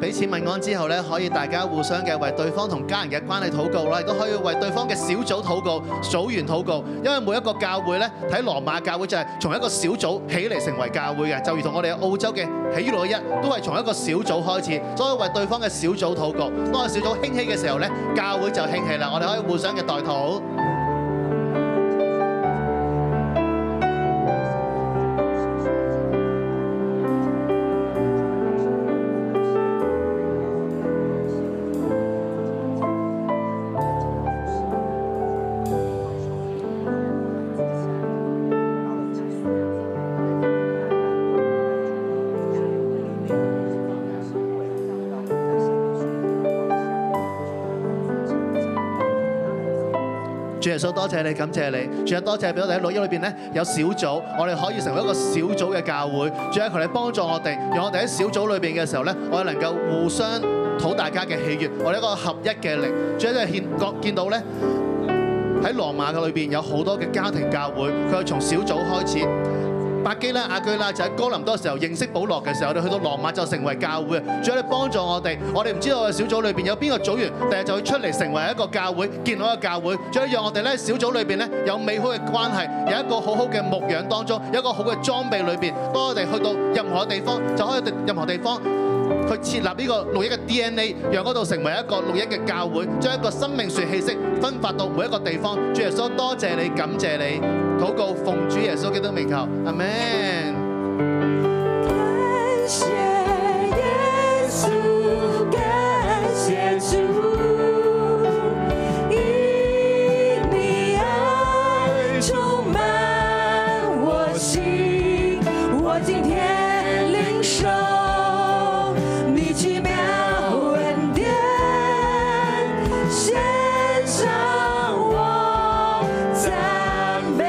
彼此問安之後咧，可以大家互相嘅為對方同家人嘅關係禱告啦，亦都可以為對方嘅小組禱告、組員禱告。因為每一個教會咧，睇羅馬教會就係從一個小組起嚟成為教會嘅，就如同我哋澳洲嘅喜樂一，都係從一個小組開始，所以為對方嘅小組禱告。當個小組興起嘅時候咧，教會就興起啦。我哋可以互相嘅代禱。主耶穌，多謝你，感謝你。主啊，多謝俾我哋喺六一裏邊咧有小組，我哋可以成為一個小組嘅教會。主啊，求你幫助我哋，讓我哋喺小組裏邊嘅時候咧，我哋能夠互相討大家嘅喜悅，我哋一個合一嘅力。主啊，真係見見到咧。喺羅馬嘅裏邊有好多嘅家庭教會，佢係從小組開始。百基拉、亞居拉就喺哥林多嘅時候認識保羅嘅時候，我哋去到羅馬就成為教會。主啊，你幫助我哋，我哋唔知道我哋小組裏邊有邊個組員，第日就會出嚟成為一個教會，建立一個教會。主啊，讓我哋咧小組裏邊咧有美好嘅關係，有一個好好嘅牧養當中，有一個好嘅裝備裏邊。當我哋去到任何地方，就可以去到任何地方。去設立呢個六一嘅 DNA，讓嗰度成為一個六一嘅教會，將一個生命樹氣息分發到每一個地方。主耶穌，多謝你，感謝你，禱告奉主耶穌基督名求，阿門。感谢耶稣，感谢主，因你爱充满我心，我今天领受你奇妙恩典，献上我赞美。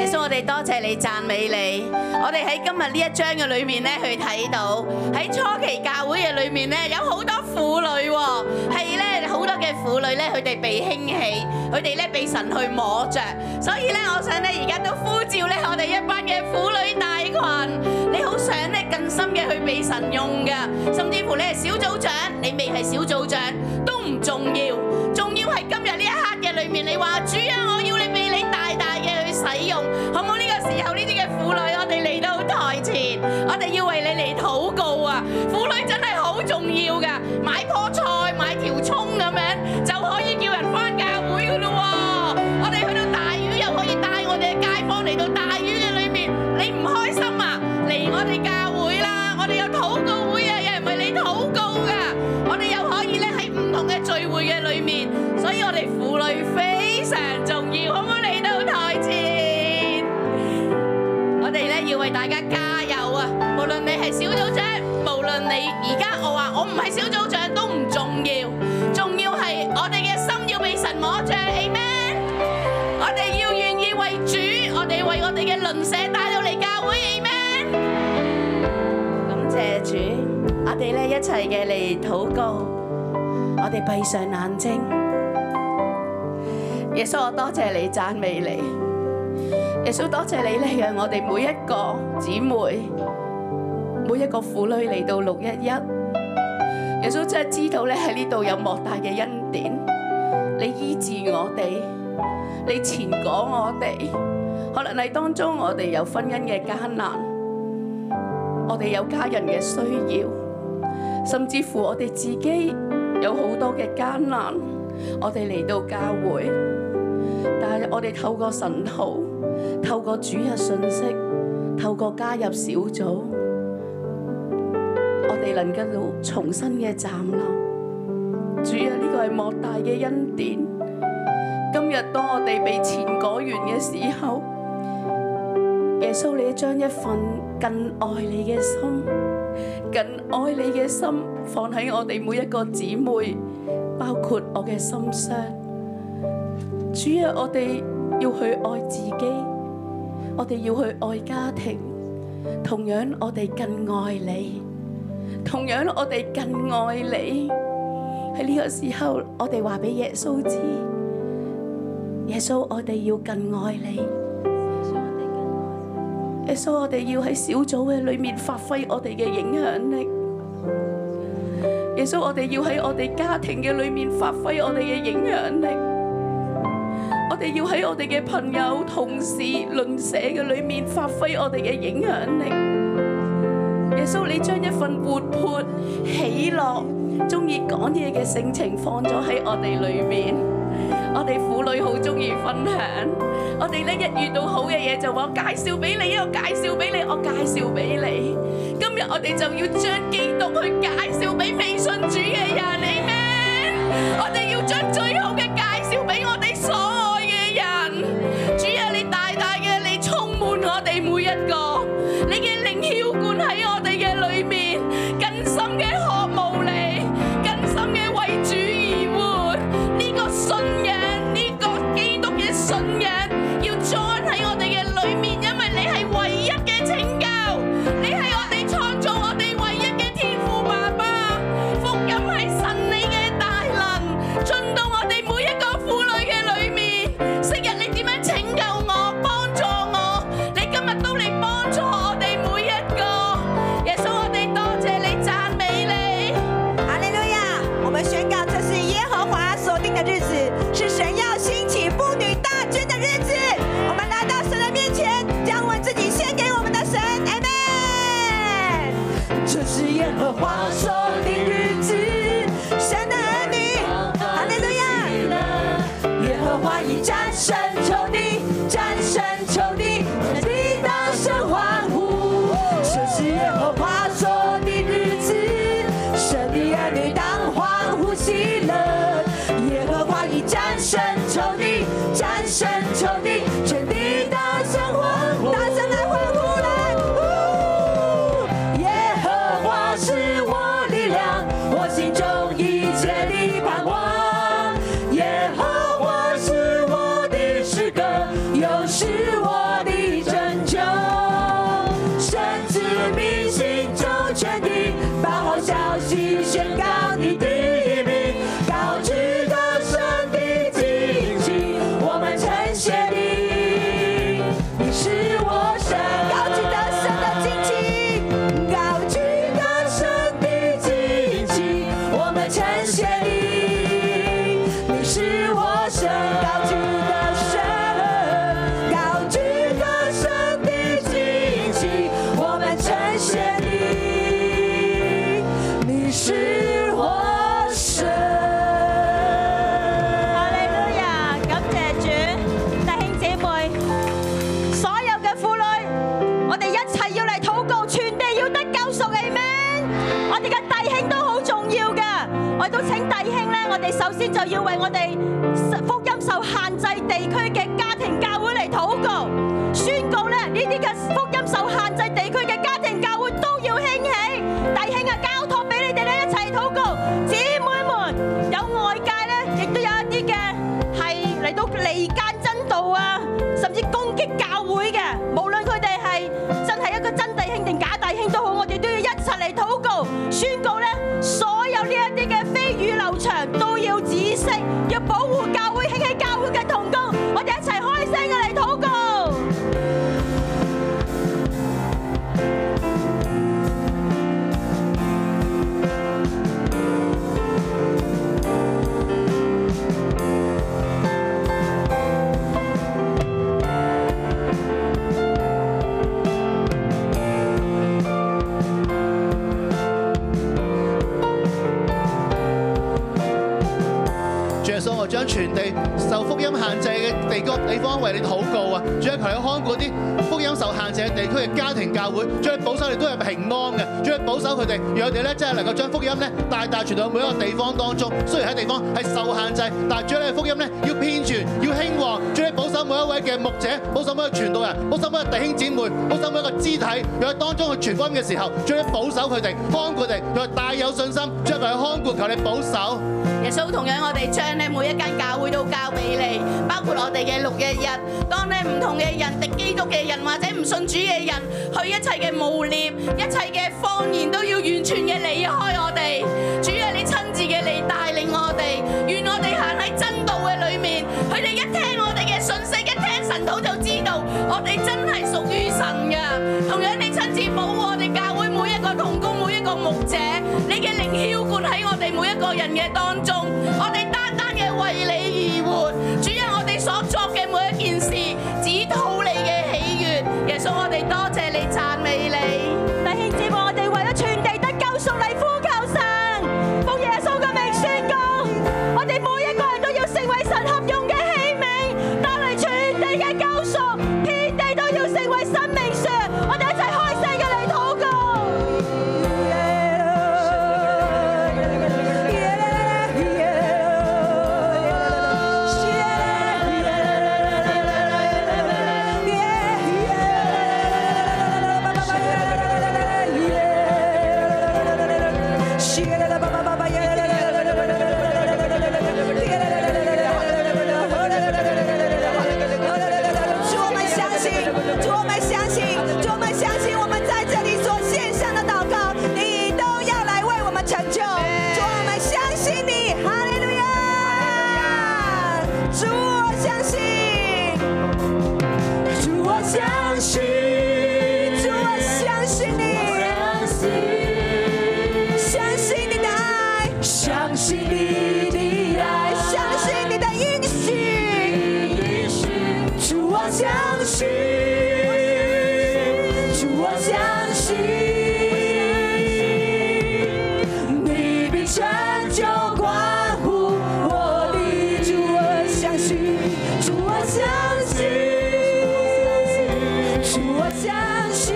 耶穌，我哋多謝你讚美你。我哋喺今日呢一章嘅裏面咧，去睇到喺初期教會嘅裏面咧，有好多婦女喎，係咧好多嘅婦女咧，佢哋被興起，佢哋咧被神去摸着。所以咧，我想咧而家都呼召咧，我哋一班嘅婦女大群，你好想咧更深嘅去被神用嘅，甚至乎你係小組長，你未係小組長都唔重要，重要係今日呢一刻嘅裏面，你話主啊，我要你俾你大大嘅去使用，好唔好？呢個時候呢啲嘅婦女，我哋嚟到台前，我哋要為你嚟禱告啊！婦女真係好重要噶，買棵菜、買條葱咁樣就可以叫人翻教會噶咯喎！我哋去到大院又可以帶我哋嘅街坊嚟到大院嘅裏面，你唔開心啊？嚟我哋教會啦！我哋有禱告會啊，有人為你禱告噶，我哋又可以咧喺唔同嘅聚會嘅裏面，所以我哋婦女非常重要，好唔好嚟到台前？我哋咧要為大家加油啊！無論你係小組長，無論你而家我話我唔係小組長都唔重要，重要係我哋嘅心要被神摸着，amen。我哋要願意為主，我哋為我哋嘅鄰舍帶到嚟教會，amen。感謝主，我哋咧一齊嘅嚟禱告，我哋閉上眼睛。耶穌，我多謝你，讚美你。耶穌多謝你咧，讓我哋每一個姊妹、每一個婦女嚟到六一一。耶穌真係知道咧喺呢度有莫大嘅恩典，你醫治我哋，你前講我哋。可能喺當中我哋有婚姻嘅艱難，我哋有家人嘅需要，甚至乎我哋自己有好多嘅艱難，我哋嚟到教會，但係我哋透過神道。透過主日信息，透過加入小組，我哋能夠重新嘅站立。主啊，呢個係莫大嘅恩典。今日當我哋被前改完嘅時候，耶穌你將一份更愛你嘅心，更愛你嘅心放喺我哋每一個姊妹，包括我嘅心傷。主啊，我哋要去愛自己，我哋要去愛家庭。同樣，我哋更愛你。同樣，我哋更愛你。喺呢個時候，我哋話俾耶穌知，耶穌，我哋要更愛你。耶穌，我哋要喺小組嘅裏面發揮我哋嘅影響力。穌，我哋要喺我哋家庭嘅裏面發揮我哋嘅影響力。我哋要喺我哋嘅朋友、同事、鄰舍嘅裏面發揮我哋嘅影響力。耶穌，你將一份活潑、喜樂、中意講嘢嘅性情放咗喺我哋裏面。我哋婦女好中意分享，我哋呢一遇到好嘅嘢就話我介紹俾你，我介紹俾你，我介紹俾你。今日我哋就要將基督去介紹俾未信主嘅人，你咩？我哋要將最好嘅介紹俾我哋所愛嘅人。主啊，你大大嘅，你充滿我哋每一個，你嘅靈澆灌喺我哋嘅裏面，更深嘅渴慕你，更深嘅為主而活。呢個信仰，呢個基督嘅信仰，要 join 喺我哋嘅裏面，因為你係唯一嘅拯救。你係我哋創造我哋唯一嘅天父爸爸，福音係神你嘅大能，進到我哋每一個婦女嘅裏面。昔日你點樣拯救我、幫助我，你今日都嚟幫助我哋每一個。耶穌，我哋多謝你，讚美你。哈利路亚！我们宣告，这是耶和华所定的日子，是神要兴起妇女大军的日子。我们来到神的面前，将我们自己献给我们的神。阿门。这是耶和华所定日子，神的儿女，哈利路亚！耶和华已战胜仇敌，战胜仇敌，在地当声欢呼。这是耶和华所定日子，神的儿女当欢呼喜乐。耶和华已战胜仇敌，战胜仇敌，全地当声欢呼，大声来欢呼来！耶和华是我力量，我心中一切的盼望。耶和华是我的诗歌，又是我的拯救。神子民心中全地，把好消息宣告你的名，高举的神的荆棘，我们称谢你，你是我神。高举得胜的荆棘，高举的神的荆棘，我们称谢你，你是我神。高举的神，高举的神的荆棘，我们称谢你，你是我神。哈利路亚！感謝主，弟兄姐妹，所有嘅婦女，我哋一齊要嚟禱告，全地要得救贖，amen。我哋嘅弟兄都好重要嘅，我亦都請弟兄咧，我哋首先就要為我哋福音受限制地區嘅家庭教會嚟禱告，宣告咧呢啲嘅福音受限制地區嘅家庭教會都要興起。弟兄啊，交託俾你哋咧一齊禱告，姊妹們有外界咧，亦都有一啲嘅係嚟到離間真道啊，甚至攻擊教會嘅，無論佢哋係真係一個真弟兄定假弟兄都好，我哋都要一齊嚟禱告，宣告咧所有呢一啲嘅非語流長都要止息，要保護教會，興起教會嘅同工，我哋一齊開聲嘅嚟禱告。主耶穌，我將全地受福音限制嘅地區地方為你禱告啊！主啊，求你看顧啲福音受限制嘅地區嘅家庭教會，主啊，保守佢哋都係平安嘅，主啊，保守佢哋，讓佢哋咧真係能夠將福音咧大大傳到每一個地方當中。雖然喺地方係受限制，但係主啊，你嘅福音咧要遍傳，要興旺。主啊，保守每一位嘅牧者，保守每一個傳道人，保守每一個弟兄姊妹，保守每一個肢體，讓佢當中去傳福音嘅時候，主啊，保守佢哋，看顧佢哋，讓佢大有信心，主啊，求你看顧，求你保守。耶穌同樣，我哋將咧每一間教會都交俾你，包括我哋嘅六日日。當咧唔同嘅人、敵基督嘅人或者唔信主嘅人，佢一切嘅污蔑、一切嘅謊言都要完全嘅離開我哋。主啊，你親自嘅嚟帶領我哋，願我哋行喺真道嘅裏面。佢哋一聽我哋嘅信息，一聽神道就知道我哋真係屬於神嘅。同樣，你親自保護我哋教會每一個同工、每一個牧者，你嘅靈澆灌喺我哋。嘅當中，我哋單單嘅為你而活。主啊，我哋所作嘅每一件事，只討你嘅喜悦。耶穌，我哋多謝你，讚美你。弟兄姊妹，我哋為咗全地得救贖嚟呼求神，奉耶穌嘅名宣告，我哋每一個人都要成為神合用嘅器皿，帶嚟全地嘅救贖，遍地都要成為生命樹。我哋一齊開聲嘅嚟禱主，我们相信，主，我们相信，主，我们相信，我们在这里所献上的祷告，你都要来为我们成就。主，我们相信你，哈利路亚！主，我相信，主，我相信，主，我相信你，相信你的爱，相信你的爱，相信你的应许。主我相信，主我相信，你必成就关乎我的，主我相信，主我相信，主我相信，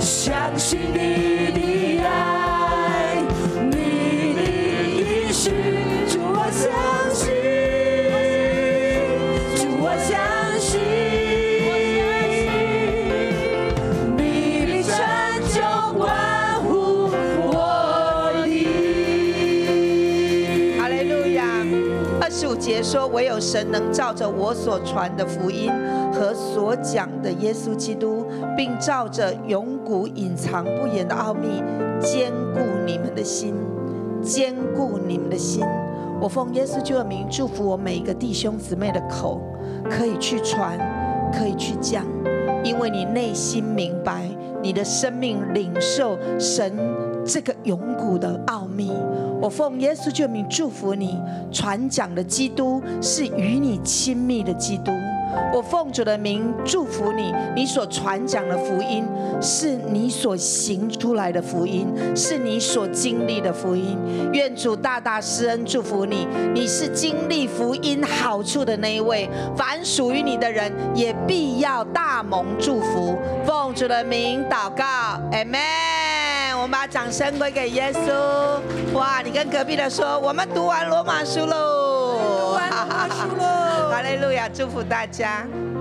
相信你的爱，你的应许，主我相信。主我相信，你必成就关乎我的。哈利路亚！二十五节说：“唯有神能照着我所传的福音和所讲的耶稣基督，并照着永古隐藏不言的奥秘，坚固你们的心，坚固你们的心。”我奉耶稣基督的名祝福我每一个弟兄姊妹的口，可以去传，可以去讲，因为你内心明白，你的生命领受神这个永古的奥秘。我奉耶稣救名祝福你，传讲的基督是与你亲密的基督。我奉主的名祝福你，你所传讲的福音是你所行出来的福音，是你所经历的福音。愿主大大施恩祝福你，你是经历福音好处的那一位。凡属于你的人，也必要大蒙祝福。奉主的名祷告，Amen。我们把掌声归给耶稣。哇，你跟隔壁的说，我们读完罗马书喽。哈哈哈哈。哈利路亚，祝福大家。